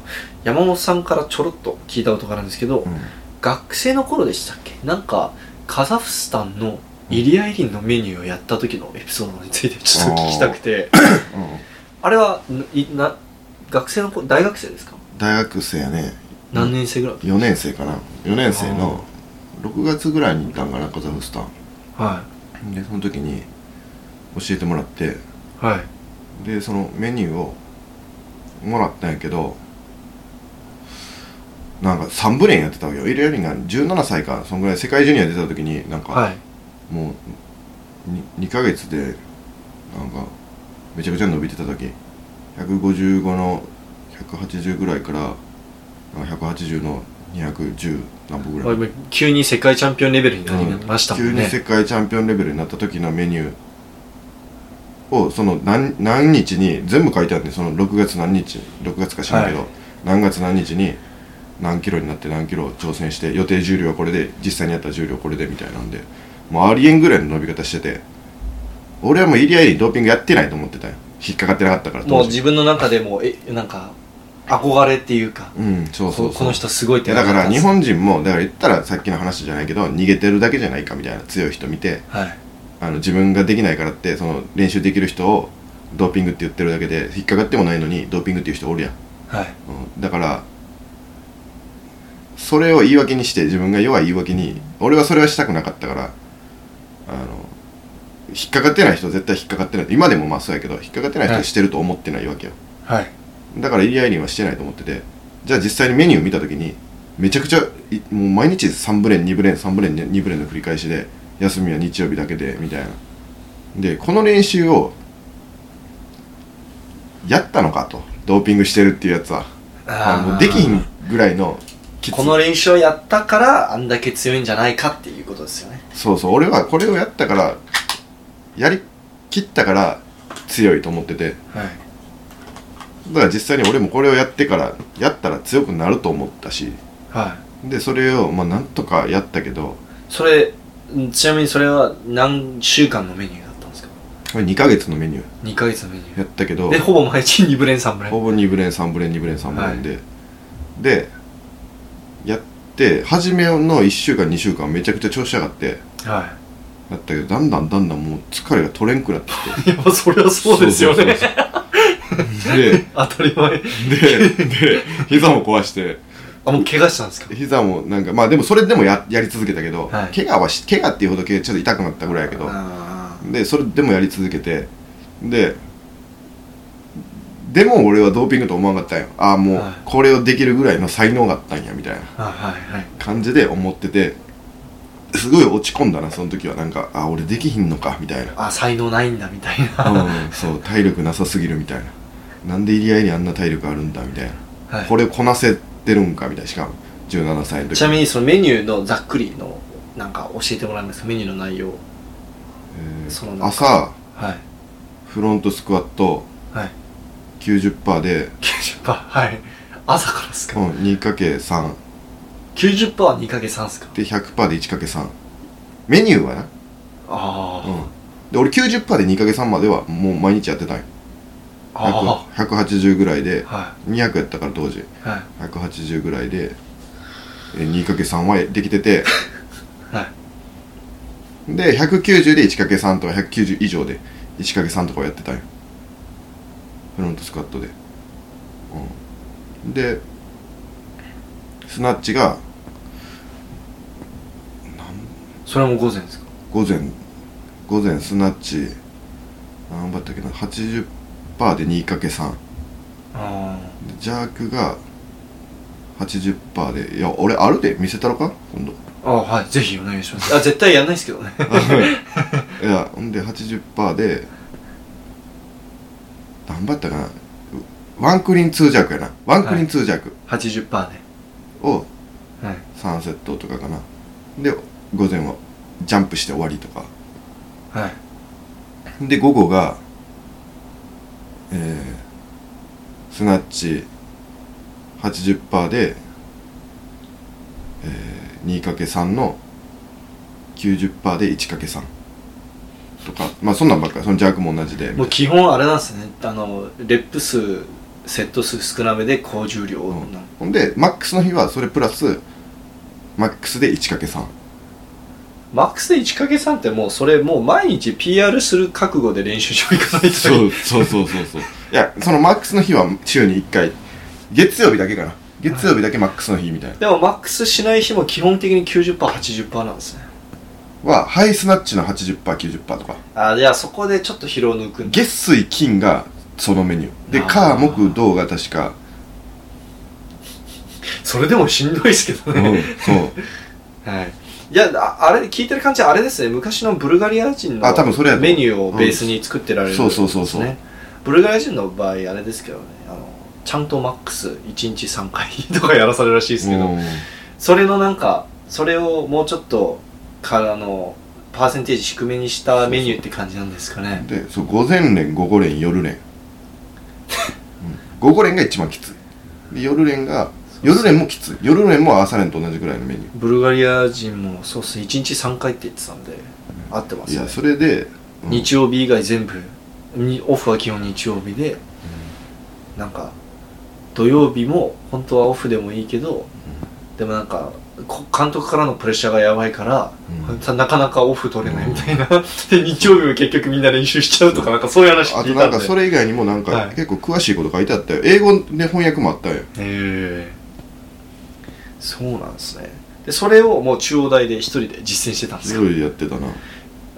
Speaker 1: 山本さんからちょろっと聞いたことがあるんですけど、
Speaker 2: うん
Speaker 1: 学生の頃でしたっけなんかカザフスタンのイリア・イリンのメニューをやった時のエピソードについてちょっと聞きたくてあれはいな学生の頃大学生ですか
Speaker 2: 大学生やね
Speaker 1: 何年生ぐらい、
Speaker 2: 4年生かな4年生の6月ぐらいに行ったんかなカザフスタ
Speaker 1: は
Speaker 2: ンでその時に教えてもらって
Speaker 1: いはい
Speaker 2: でそのメニューをもらったんやけどなんか3部連やってたわけよイレアリンが17歳かそんぐらい世界ジュニア出た時になんか
Speaker 1: はい
Speaker 2: もうに 2, ヶ月でなんかめちゃくちゃ伸びてた時155の180ぐらいからなんか180の210何歩ぐらい
Speaker 1: まあ急に世界チャンピオンレベルになりましたもん
Speaker 2: 急に
Speaker 1: ね、
Speaker 2: 世界チャンピオンレベルになった時のメニューをその何何日に全部書いてあってその6月何日6月か知らんけど、
Speaker 1: はい
Speaker 2: 何月何日に何キロになって何キロ挑戦して予定重量はこれで実際にやった重量これでみたいなんでもうありえんぐらいの伸び方してて俺はもうイリアイリドーピングやってないと思ってたよ引っかかってなかったから
Speaker 1: もう
Speaker 2: 当時
Speaker 1: 自分の中でもえなんか憧れっていうか
Speaker 2: うんそうそうそう
Speaker 1: ここの人すごいっ
Speaker 2: い
Speaker 1: て
Speaker 2: やだから日
Speaker 1: は
Speaker 2: 本人もだから言ったらさっきの話じゃないけど逃げてるだけじゃないかみたいな強い人見て
Speaker 1: はい
Speaker 2: あの自分ができないからってその練習できる人をドーピングって言ってるだけで引っかかってもないのにドーピングっていう人おるやん、
Speaker 1: はい
Speaker 2: うん、だからそれを言い訳にして自分が弱い言い訳に俺はそれはしたくなかったからあの引っかかってない人は絶対引っかかってない今でもまあそうやけど引っかかってない人はしてると思ってないわけよ、
Speaker 1: はい
Speaker 2: だからイリアイリンはしてないと思っててじゃあ実際にメニュー見た時にめちゃくちゃいもう毎日3ブレン2ブレン3ブレン2ブレンの繰り返しで休みは日曜日だけでみたいなでこの練習をやったのかとドーピングしてるっていうやつはあのできひんぐらいのきつ
Speaker 1: この練習をやったからあんだけ強いんじゃないかっていうことですよね
Speaker 2: そうそう俺はこれをやったからやりきったから強いと思ってて
Speaker 1: はい
Speaker 2: だから実際に俺もこれをやってからやったら強くなると思ったし
Speaker 1: はい
Speaker 2: でそれをまあなんとかやったけど
Speaker 1: それんちなみにそれは何週間のメニューだったんですか
Speaker 2: これ2ヶ月のメニュー
Speaker 1: 2ヶ月のメニュ
Speaker 2: やったけ
Speaker 1: ー
Speaker 2: ど
Speaker 1: でほぼ毎日2ブレン3ブレン
Speaker 2: ほぼ2ブレン3ブレン2ブレン3ブレンで、でやって初めの1週間2週間めちゃくちゃ調子上がって
Speaker 1: は
Speaker 2: だったけどだんだんだんだんもう疲れが取れんくなってきて
Speaker 1: いいやそれは <laughs> そうですよね
Speaker 2: そうそうそうで
Speaker 1: 当たり前
Speaker 2: でで膝も壊して
Speaker 1: あもう怪我したんですか
Speaker 2: 膝もなんかまあでもそれでもややり続けたけど、
Speaker 1: はい
Speaker 2: 怪我はし怪我っていうほどけちょっと痛くなったぐらいやけど
Speaker 1: あ
Speaker 2: でそれでもやり続けてででも俺はドーピングと思わなかったんよああもう
Speaker 1: はい
Speaker 2: これをできるぐらいの才能があったんやみたいな
Speaker 1: ーはいはい
Speaker 2: 感じで思っててすごい落ち込んだなその時はなんかあ俺できひんのかみたいな
Speaker 1: あ才能ないんだみたいなは
Speaker 2: うん、 <laughs> そう体力なさすぎるみたいななんで入り合いにあんな体力あるんだみたいな、これこなせてるんかみたいなしかも17歳の
Speaker 1: い、
Speaker 2: 時
Speaker 1: ちなみにそのメニューのざっくりのなんか教えてもらえますかメニューの内容
Speaker 2: えー
Speaker 1: そのなんか
Speaker 2: 朝
Speaker 1: はい
Speaker 2: フロントスクワット
Speaker 1: はい
Speaker 2: 90%で、
Speaker 1: 90%はい朝からです
Speaker 2: う
Speaker 1: か、
Speaker 2: ん、2×3
Speaker 1: 90%は 2×3 っすか
Speaker 2: で100%で 1×3 メニューはな、
Speaker 1: あー、
Speaker 2: うん、で俺90%で 2×3 まではもう毎日やってたんよ
Speaker 1: あ
Speaker 2: 100 180ぐらいで
Speaker 1: あは
Speaker 2: 200やったから当時
Speaker 1: いはい
Speaker 2: 180ぐらいでえー 2×3 はできてて
Speaker 1: はい
Speaker 2: で190で 1×3 とか190以上で 1×3 とかをやってたんよフロントスカットで、うん、でスナッチが
Speaker 1: それも午前ですか
Speaker 2: 午前午前スナッチ何だったっけな80%で 2×3
Speaker 1: あ
Speaker 2: ジャークが80%でいや俺あるで見せたろか今度
Speaker 1: ーあーはいぜひお願いしますあ絶対やんないですけど <laughs> ね
Speaker 2: いやほんで80%で何だったかなうワンクリーン2ジャークやなワンクリーン2ジャーク
Speaker 1: 80%ね
Speaker 2: を
Speaker 1: はい
Speaker 2: 3セットとかかなで午前はジャンプして終わりとか
Speaker 1: はい
Speaker 2: で午後がえー、スナッチ80%で、えー、2×3 の90%で 1×3 とかまあそんなんばっかりそのジャークも同じで
Speaker 1: もう基本あれなんですねあのレップ数セット数少なめで高重量
Speaker 2: う
Speaker 1: なん
Speaker 2: ほんでマックスの日はそれプラスマックスで 1×3
Speaker 1: マックスで 1×3 ってもうそれもう毎日 PR する覚悟で練習場行かないと
Speaker 2: そうそうそうそうそういやそのマックスの日は週に1回月曜日だけかな月曜日だけマックスの日みたいな
Speaker 1: でもマックスしない日も基本的に 90%80% なんですね
Speaker 2: はハイスナッチの 80%90% とか
Speaker 1: あじゃあそこでちょっと疲労抜くんだ
Speaker 2: 月水金がそのメニューで
Speaker 1: あー
Speaker 2: 火木銅が確か、
Speaker 1: それでもしんどいですけど
Speaker 2: うん、
Speaker 1: ね、
Speaker 2: そう
Speaker 1: はいいやああれ聞いてる感じはあれですね昔のブルガリア人の
Speaker 2: あ多分それやと思
Speaker 1: メ
Speaker 2: う
Speaker 1: ニューをベースに作ってられるんですね、
Speaker 2: うんそうそうそうそう
Speaker 1: ブルガリア人の場合あれですけどねあのちゃんとマックス1日3回とかやらされるらしい <laughs> ですけど、
Speaker 2: うん
Speaker 1: それのなんかそれをもうちょっとからのパーセンテージ低めにしたメニューって感じなんですかね
Speaker 2: でそう午前練午後練夜練、うん午後練が一番きついで夜練が夜練もきつい夜練も朝練と同じぐらいのメニュー
Speaker 1: ブルガリア人もそうっすね1日3回って言ってたんで合ってま
Speaker 2: い
Speaker 1: すね
Speaker 2: やそれで、うん
Speaker 1: 日曜日以外全部にオフは基本日曜日で、なんか土曜日も本当はオフでもいいけど、でもなんかこ監督からのプレッシャーがやばいから、なかなかオフ取れないみたいな、 <laughs> で日曜日も結局みんな練習しちゃうとかなんかそういう話
Speaker 2: あ
Speaker 1: 聞
Speaker 2: と
Speaker 1: いた
Speaker 2: なん
Speaker 1: んで
Speaker 2: んかそれ以外にもなんか、
Speaker 1: はい
Speaker 2: 結構詳しいこと書いてあったよ英語で翻訳もあったよ
Speaker 1: へえそうなんですねでそれをもう中央大で一人で実践してたんです
Speaker 2: す
Speaker 1: か、
Speaker 2: ごいやってたな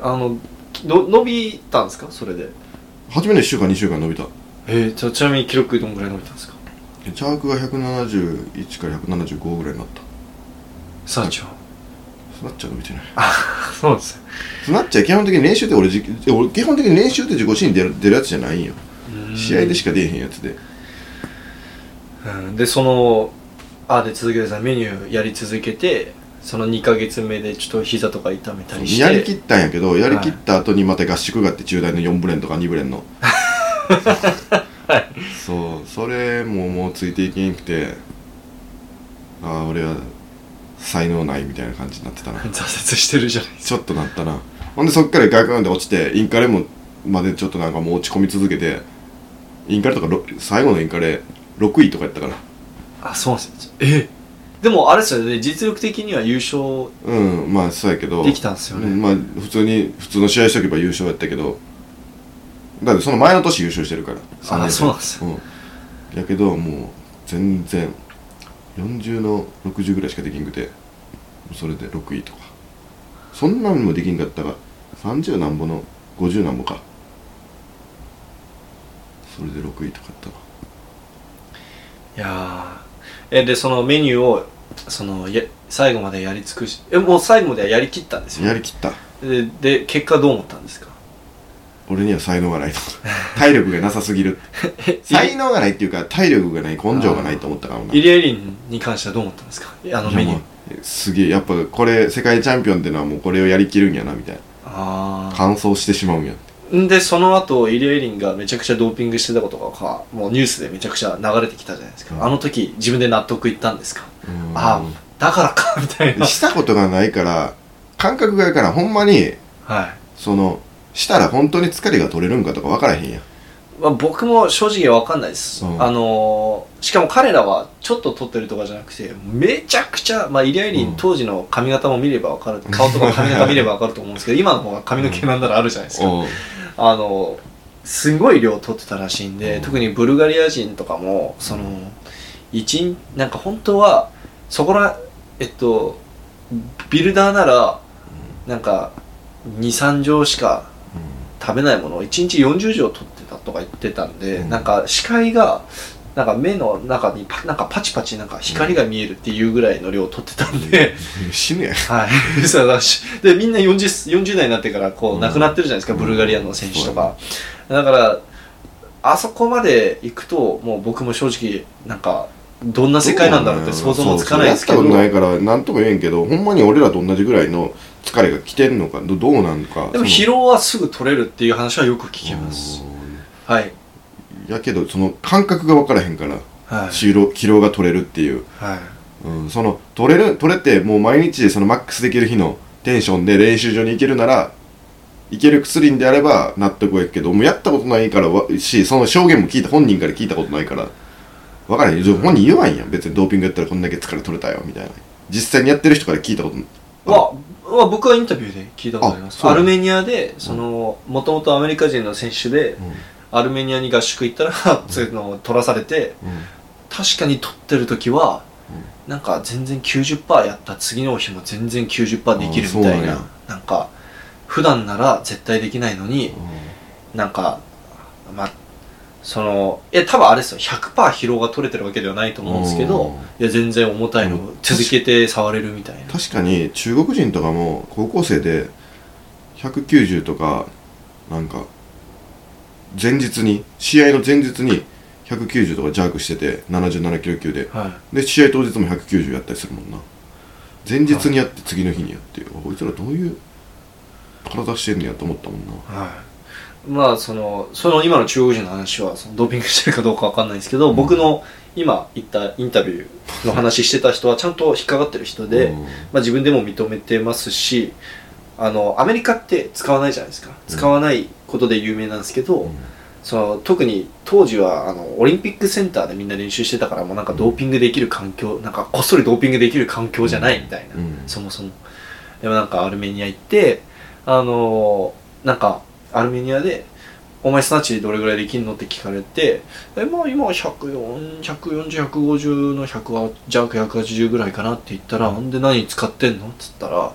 Speaker 1: あのの伸びたんですかそれで
Speaker 2: 初めの1週間2週間伸びた
Speaker 1: えー、ちょちなみに記録どんぐらい伸びたんですか
Speaker 2: チャークが171から175ぐらいになった
Speaker 1: サーチは
Speaker 2: スナッチは伸びてない
Speaker 1: あそうですね
Speaker 2: スナッチは基本的に練習って俺じ俺基本的に練習って自己シーン出る出るやつじゃないんよ試合でしか出えへんやつで
Speaker 1: うんでそのあで続けてさメニューやり続けてその2ヶ月目でちょっと膝とか痛めたりして
Speaker 2: やりきったんやけどやりきった後にまた合宿があって中大の4部練とか2
Speaker 1: <laughs>
Speaker 2: 部練のそうそれももうついていけんくてああ俺は才能ないみたいな感じになって
Speaker 1: <laughs>
Speaker 2: た
Speaker 1: <laughs>
Speaker 2: な
Speaker 1: 挫折してるじゃないですか
Speaker 2: ちょっとなったなほんでそっからガクンって落ちてインカレもまでちょっとなんかもう落ち込み続けてインカレとかろ最後のインカレ6位とかやったから
Speaker 1: あそうなんですよえでもあれですよね実力的には優勝
Speaker 2: うんまあそうやけど
Speaker 1: できたんですよね、
Speaker 2: うんまあ普通に普通の試合しとけば優勝やったけどだってその前の年優勝してるから3年生
Speaker 1: そうなんです
Speaker 2: うんやけどもう全然40の60ぐらいしかできんくてそれで6位とかそんなんもできんかったが30なんぼの50なんぼかそれで6位とかやったわ
Speaker 1: いやーえでそのメニューをそのや最後までやり尽くしえもう最後まではやりきったんです
Speaker 2: や
Speaker 1: よ
Speaker 2: りきった
Speaker 1: でで結果どう思ったんですか
Speaker 2: 俺には才能がないと体力がなさすぎる <laughs>
Speaker 1: え
Speaker 2: 才能がないっていうか体力がない根性がないと思ったからな
Speaker 1: イリエリンに関してはどう思ったんですかあのメニュー
Speaker 2: いやもうすげえやっぱこれ世界チャンピオンってのはもうこれをやりきるんやなみたいな
Speaker 1: あ
Speaker 2: 完走してしまうんやって
Speaker 1: あんでその後イリエリンがめちゃくちゃドーピングしてたことがかもうニュースでめちゃくちゃ流れてきたじゃないですか、
Speaker 2: うん
Speaker 1: あの時自分で納得いったんですか、
Speaker 2: うん
Speaker 1: ああだからかみ <laughs> たいな
Speaker 2: したことがないから感覚がやからほんまに
Speaker 1: はい
Speaker 2: そのしたら本当に疲れが取れるんかとか分からへんやん
Speaker 1: まあ、僕も正直わかんないです、
Speaker 2: うん
Speaker 1: あのーしかも彼らはちょっと撮ってるとかじゃなくてめちゃくちゃ、まあ、イリア・イリ
Speaker 2: うん
Speaker 1: ン当時の髪型も見ればわかる顔とか髪型見ればわかると思うんですけど今の方が髪の毛なんだらあるじゃないですか、
Speaker 2: おう
Speaker 1: あのーすごい量撮ってたらしいんで、
Speaker 2: うん
Speaker 1: 特にブルガリア人とかもその一日なんか本当はそこらえっとビルダーならなんか23錠しか食べないものを1日40錠取ってたとか言ってたんで、
Speaker 2: うん
Speaker 1: なんか視界がなんか目の中にパなんかパチパチなんか光が見えるっていうぐらいの量を取ってたんで、
Speaker 2: うん死ぬやん
Speaker 1: はい <laughs> そうだしでみんな 40, 40代になってからこ
Speaker 2: う
Speaker 1: うん亡くなってるじゃないですか、ブルガリアの選手とか、だからあそこまで行くともう僕も正直なんかどんな世界なんだろうって想像もつかないですけど
Speaker 2: そうそうやったことないから何とも言えんけどほんまに俺らと同じぐらいの疲れが来てんのかどどうなんか
Speaker 1: でも疲労はすぐ取れるっていう話はよく聞きますはい
Speaker 2: うんやけどその感覚が分からへんから
Speaker 1: はい
Speaker 2: 疲労疲労が取れるっていう、
Speaker 1: はい
Speaker 2: うん、その取れる取れてもう毎日そのマックスできる日のテンションで練習場に行けるなら行ける薬であれば納得はいくけどもうやったことないからわしその証言も聞いた本人から聞いたことないから分からへん本人言わんやん別にドーピングやったらこんだけ疲れ取れたよみたいな実際にやってる人から聞いたこと
Speaker 1: は、は僕はインタビューで聞いたことありま
Speaker 2: あ
Speaker 1: す
Speaker 2: そう
Speaker 1: アルメニアでそのもともとアメリカ人の選手でアルメニアに合宿行ったら <laughs> そういうのを取らされて確かに取ってる時はなんか全然90%やった次の日も全然90%できるみたい
Speaker 2: あそうなん
Speaker 1: な
Speaker 2: や
Speaker 1: なんか普段なら絶対できないのになんかまあそのえ多分あれですよ100%疲労が取れてるわけではないと思うんですけ
Speaker 2: うん
Speaker 1: どいや全然重たいのを続けて触れるみたいな
Speaker 2: 確かに中国人とかも高校生で190とかなんか前日に試合の前日に190とかジャークしてて77キロ級で
Speaker 1: はい
Speaker 2: で試合当日も190やったりするもんな前日にやって次の日にやってあこいつらどういう体してんのやと思ったもんな
Speaker 1: はい、まあそのその今の中国人の話はそのドーピングしてるかどうかわかんないですけど、僕の今言ったインタビューの話してた人はちゃんと引っかかってる人で、
Speaker 2: うん
Speaker 1: まあ、自分でも認めてますしあのアメリカって使わないじゃないですか使わないことで有名なんですけど、
Speaker 2: うん
Speaker 1: その特に当時はあのオリンピックセンターでみんな練習してたからもうなんかドーピングできる環境、なんかこっそりドーピングできる環境じゃないみたいな、
Speaker 2: うん
Speaker 1: そもそもでもなんかアルメニア行ってあのーなんかアルメニアで「お前スナッチどれぐらいできんの?」って聞かれて「えまあ今140140150の100弱180ぐらいかな」って言ったら「んで何使ってんの?」っつったら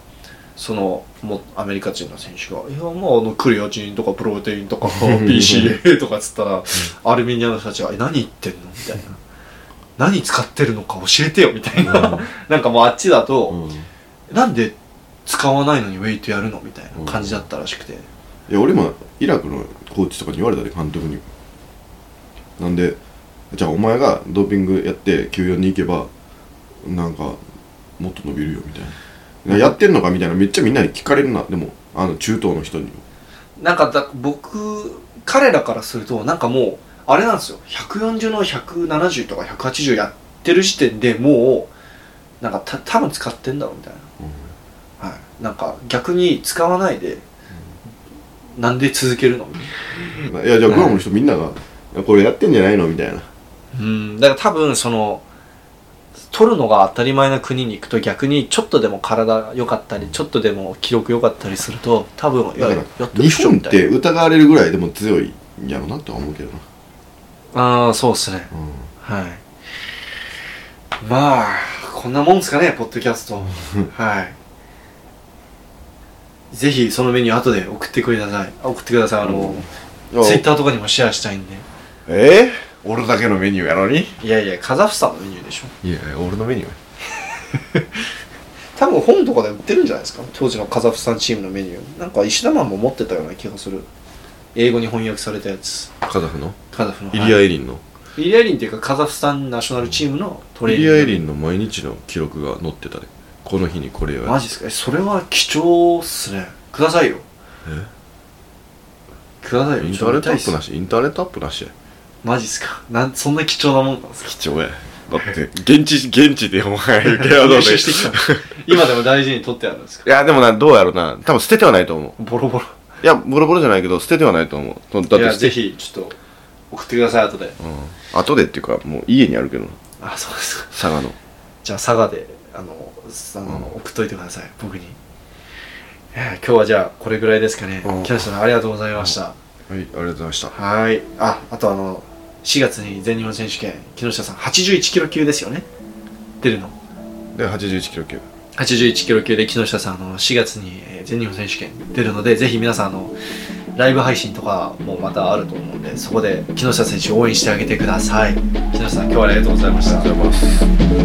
Speaker 1: そのもうアメリカ人の選手が「いやまああのクレアチンとかプロテインとか BCA とか」っつったらアルメニアの人たちが「え何言ってんの?」みたいな「何使ってるのか教えてよ」みたいななんかもうあっちだと。
Speaker 2: うん
Speaker 1: <laughs>
Speaker 2: い
Speaker 1: なんで使わないのにウェイトやるのみたいな感じだったらしくて、
Speaker 2: や俺もイラクのコーチとかに言われたで監督になんでじゃあお前がドーピングやって94に行けばなんかもっと伸びるよみたいなやってんのかみたいなめっちゃみんなに聞かれるなでもあの中東の人に
Speaker 1: なんかだ僕彼らからするとなんかもうあれなんですよ140の170とか180やってる時点でもうなんかた多分使ってんだろうみたいな、はい、なんか逆に使わないで、なんで続けるのみたいない
Speaker 2: やじゃあグアムの人みんながいやこれやってんじゃないのみたいな
Speaker 1: うん、だから多分その取るのが当たり前な国に行くと逆にちょっとでも体が良かったりちょっとでも記録良かったりすると多分いやや
Speaker 2: だから
Speaker 1: ってるっ
Speaker 2: 日
Speaker 1: しょ
Speaker 2: 本
Speaker 1: み
Speaker 2: っ
Speaker 1: たい
Speaker 2: て疑われるぐらいでも強いんやろなとは思うけどな、
Speaker 1: なああそうですねはいまあこんなもんですかねポッドキャストはいぜひそのメニュー後で送ってください送ってくださいあの、
Speaker 2: いや
Speaker 1: ツイッターとかにもシェアしたいんで
Speaker 2: えー俺だけのメニューやのに
Speaker 1: いやいやカザフスタンのメニューでしょ
Speaker 2: いや俺のメニュー
Speaker 4: 多分本とかで売ってるんじゃないですか当時のカザフスタンチームのメニューなんか石田マンも持ってたような気がする英語に翻訳されたやつ
Speaker 2: カザフの
Speaker 1: カザフの
Speaker 2: イリア・
Speaker 1: はい
Speaker 2: エリンの
Speaker 1: イリアエリンっていうかカザフスタンナショナルチームのトレー
Speaker 2: イ
Speaker 1: ニン
Speaker 2: リ
Speaker 1: グ
Speaker 2: ア・エリンの毎日の記録が載ってたでこの日にこれをや
Speaker 1: マジですかえそれは貴重っすねくださいよくださいよ
Speaker 2: インターネ
Speaker 1: ちょっと見
Speaker 2: ットア
Speaker 1: たいっ
Speaker 2: ッ
Speaker 1: す
Speaker 2: プなしインターネットアップなしや
Speaker 1: マジっすかなんそんな貴重なもんなんですか
Speaker 2: 貴重やだって現地現地でお前受け
Speaker 1: 練
Speaker 2: ど
Speaker 1: 習してきたの今でも大事に取ってあるんですか
Speaker 2: いやでもなどうやろうな多分捨ててはないと思う
Speaker 1: ボロボロ
Speaker 2: いやボロボロじゃないけど捨ててはないと思うそのだ
Speaker 1: い
Speaker 2: って
Speaker 1: や
Speaker 2: 捨て
Speaker 1: ぜひちょっと送ってください後で
Speaker 2: うん後でっていうかもう家にあるけどな
Speaker 1: あそうですか
Speaker 2: 佐賀の
Speaker 1: じゃあ佐賀であのあの、送っといてください僕にいや今日はじゃあこれぐらいですかね、
Speaker 2: うん
Speaker 1: 木下さんありがとうございました、
Speaker 2: はいありがとうございました
Speaker 1: はいああとあの4月に全日本選手権木下さん81キロ級ですよね出るの
Speaker 2: で81キロ級
Speaker 1: 81キロ級で木下さんあの4月にえー全日本選手権出るのでぜひ皆さんあのライブ配信とかもまたあると思うんでそこで木下選手応援してあげてください木下さん今日はありがとうございました
Speaker 2: ありがとうございます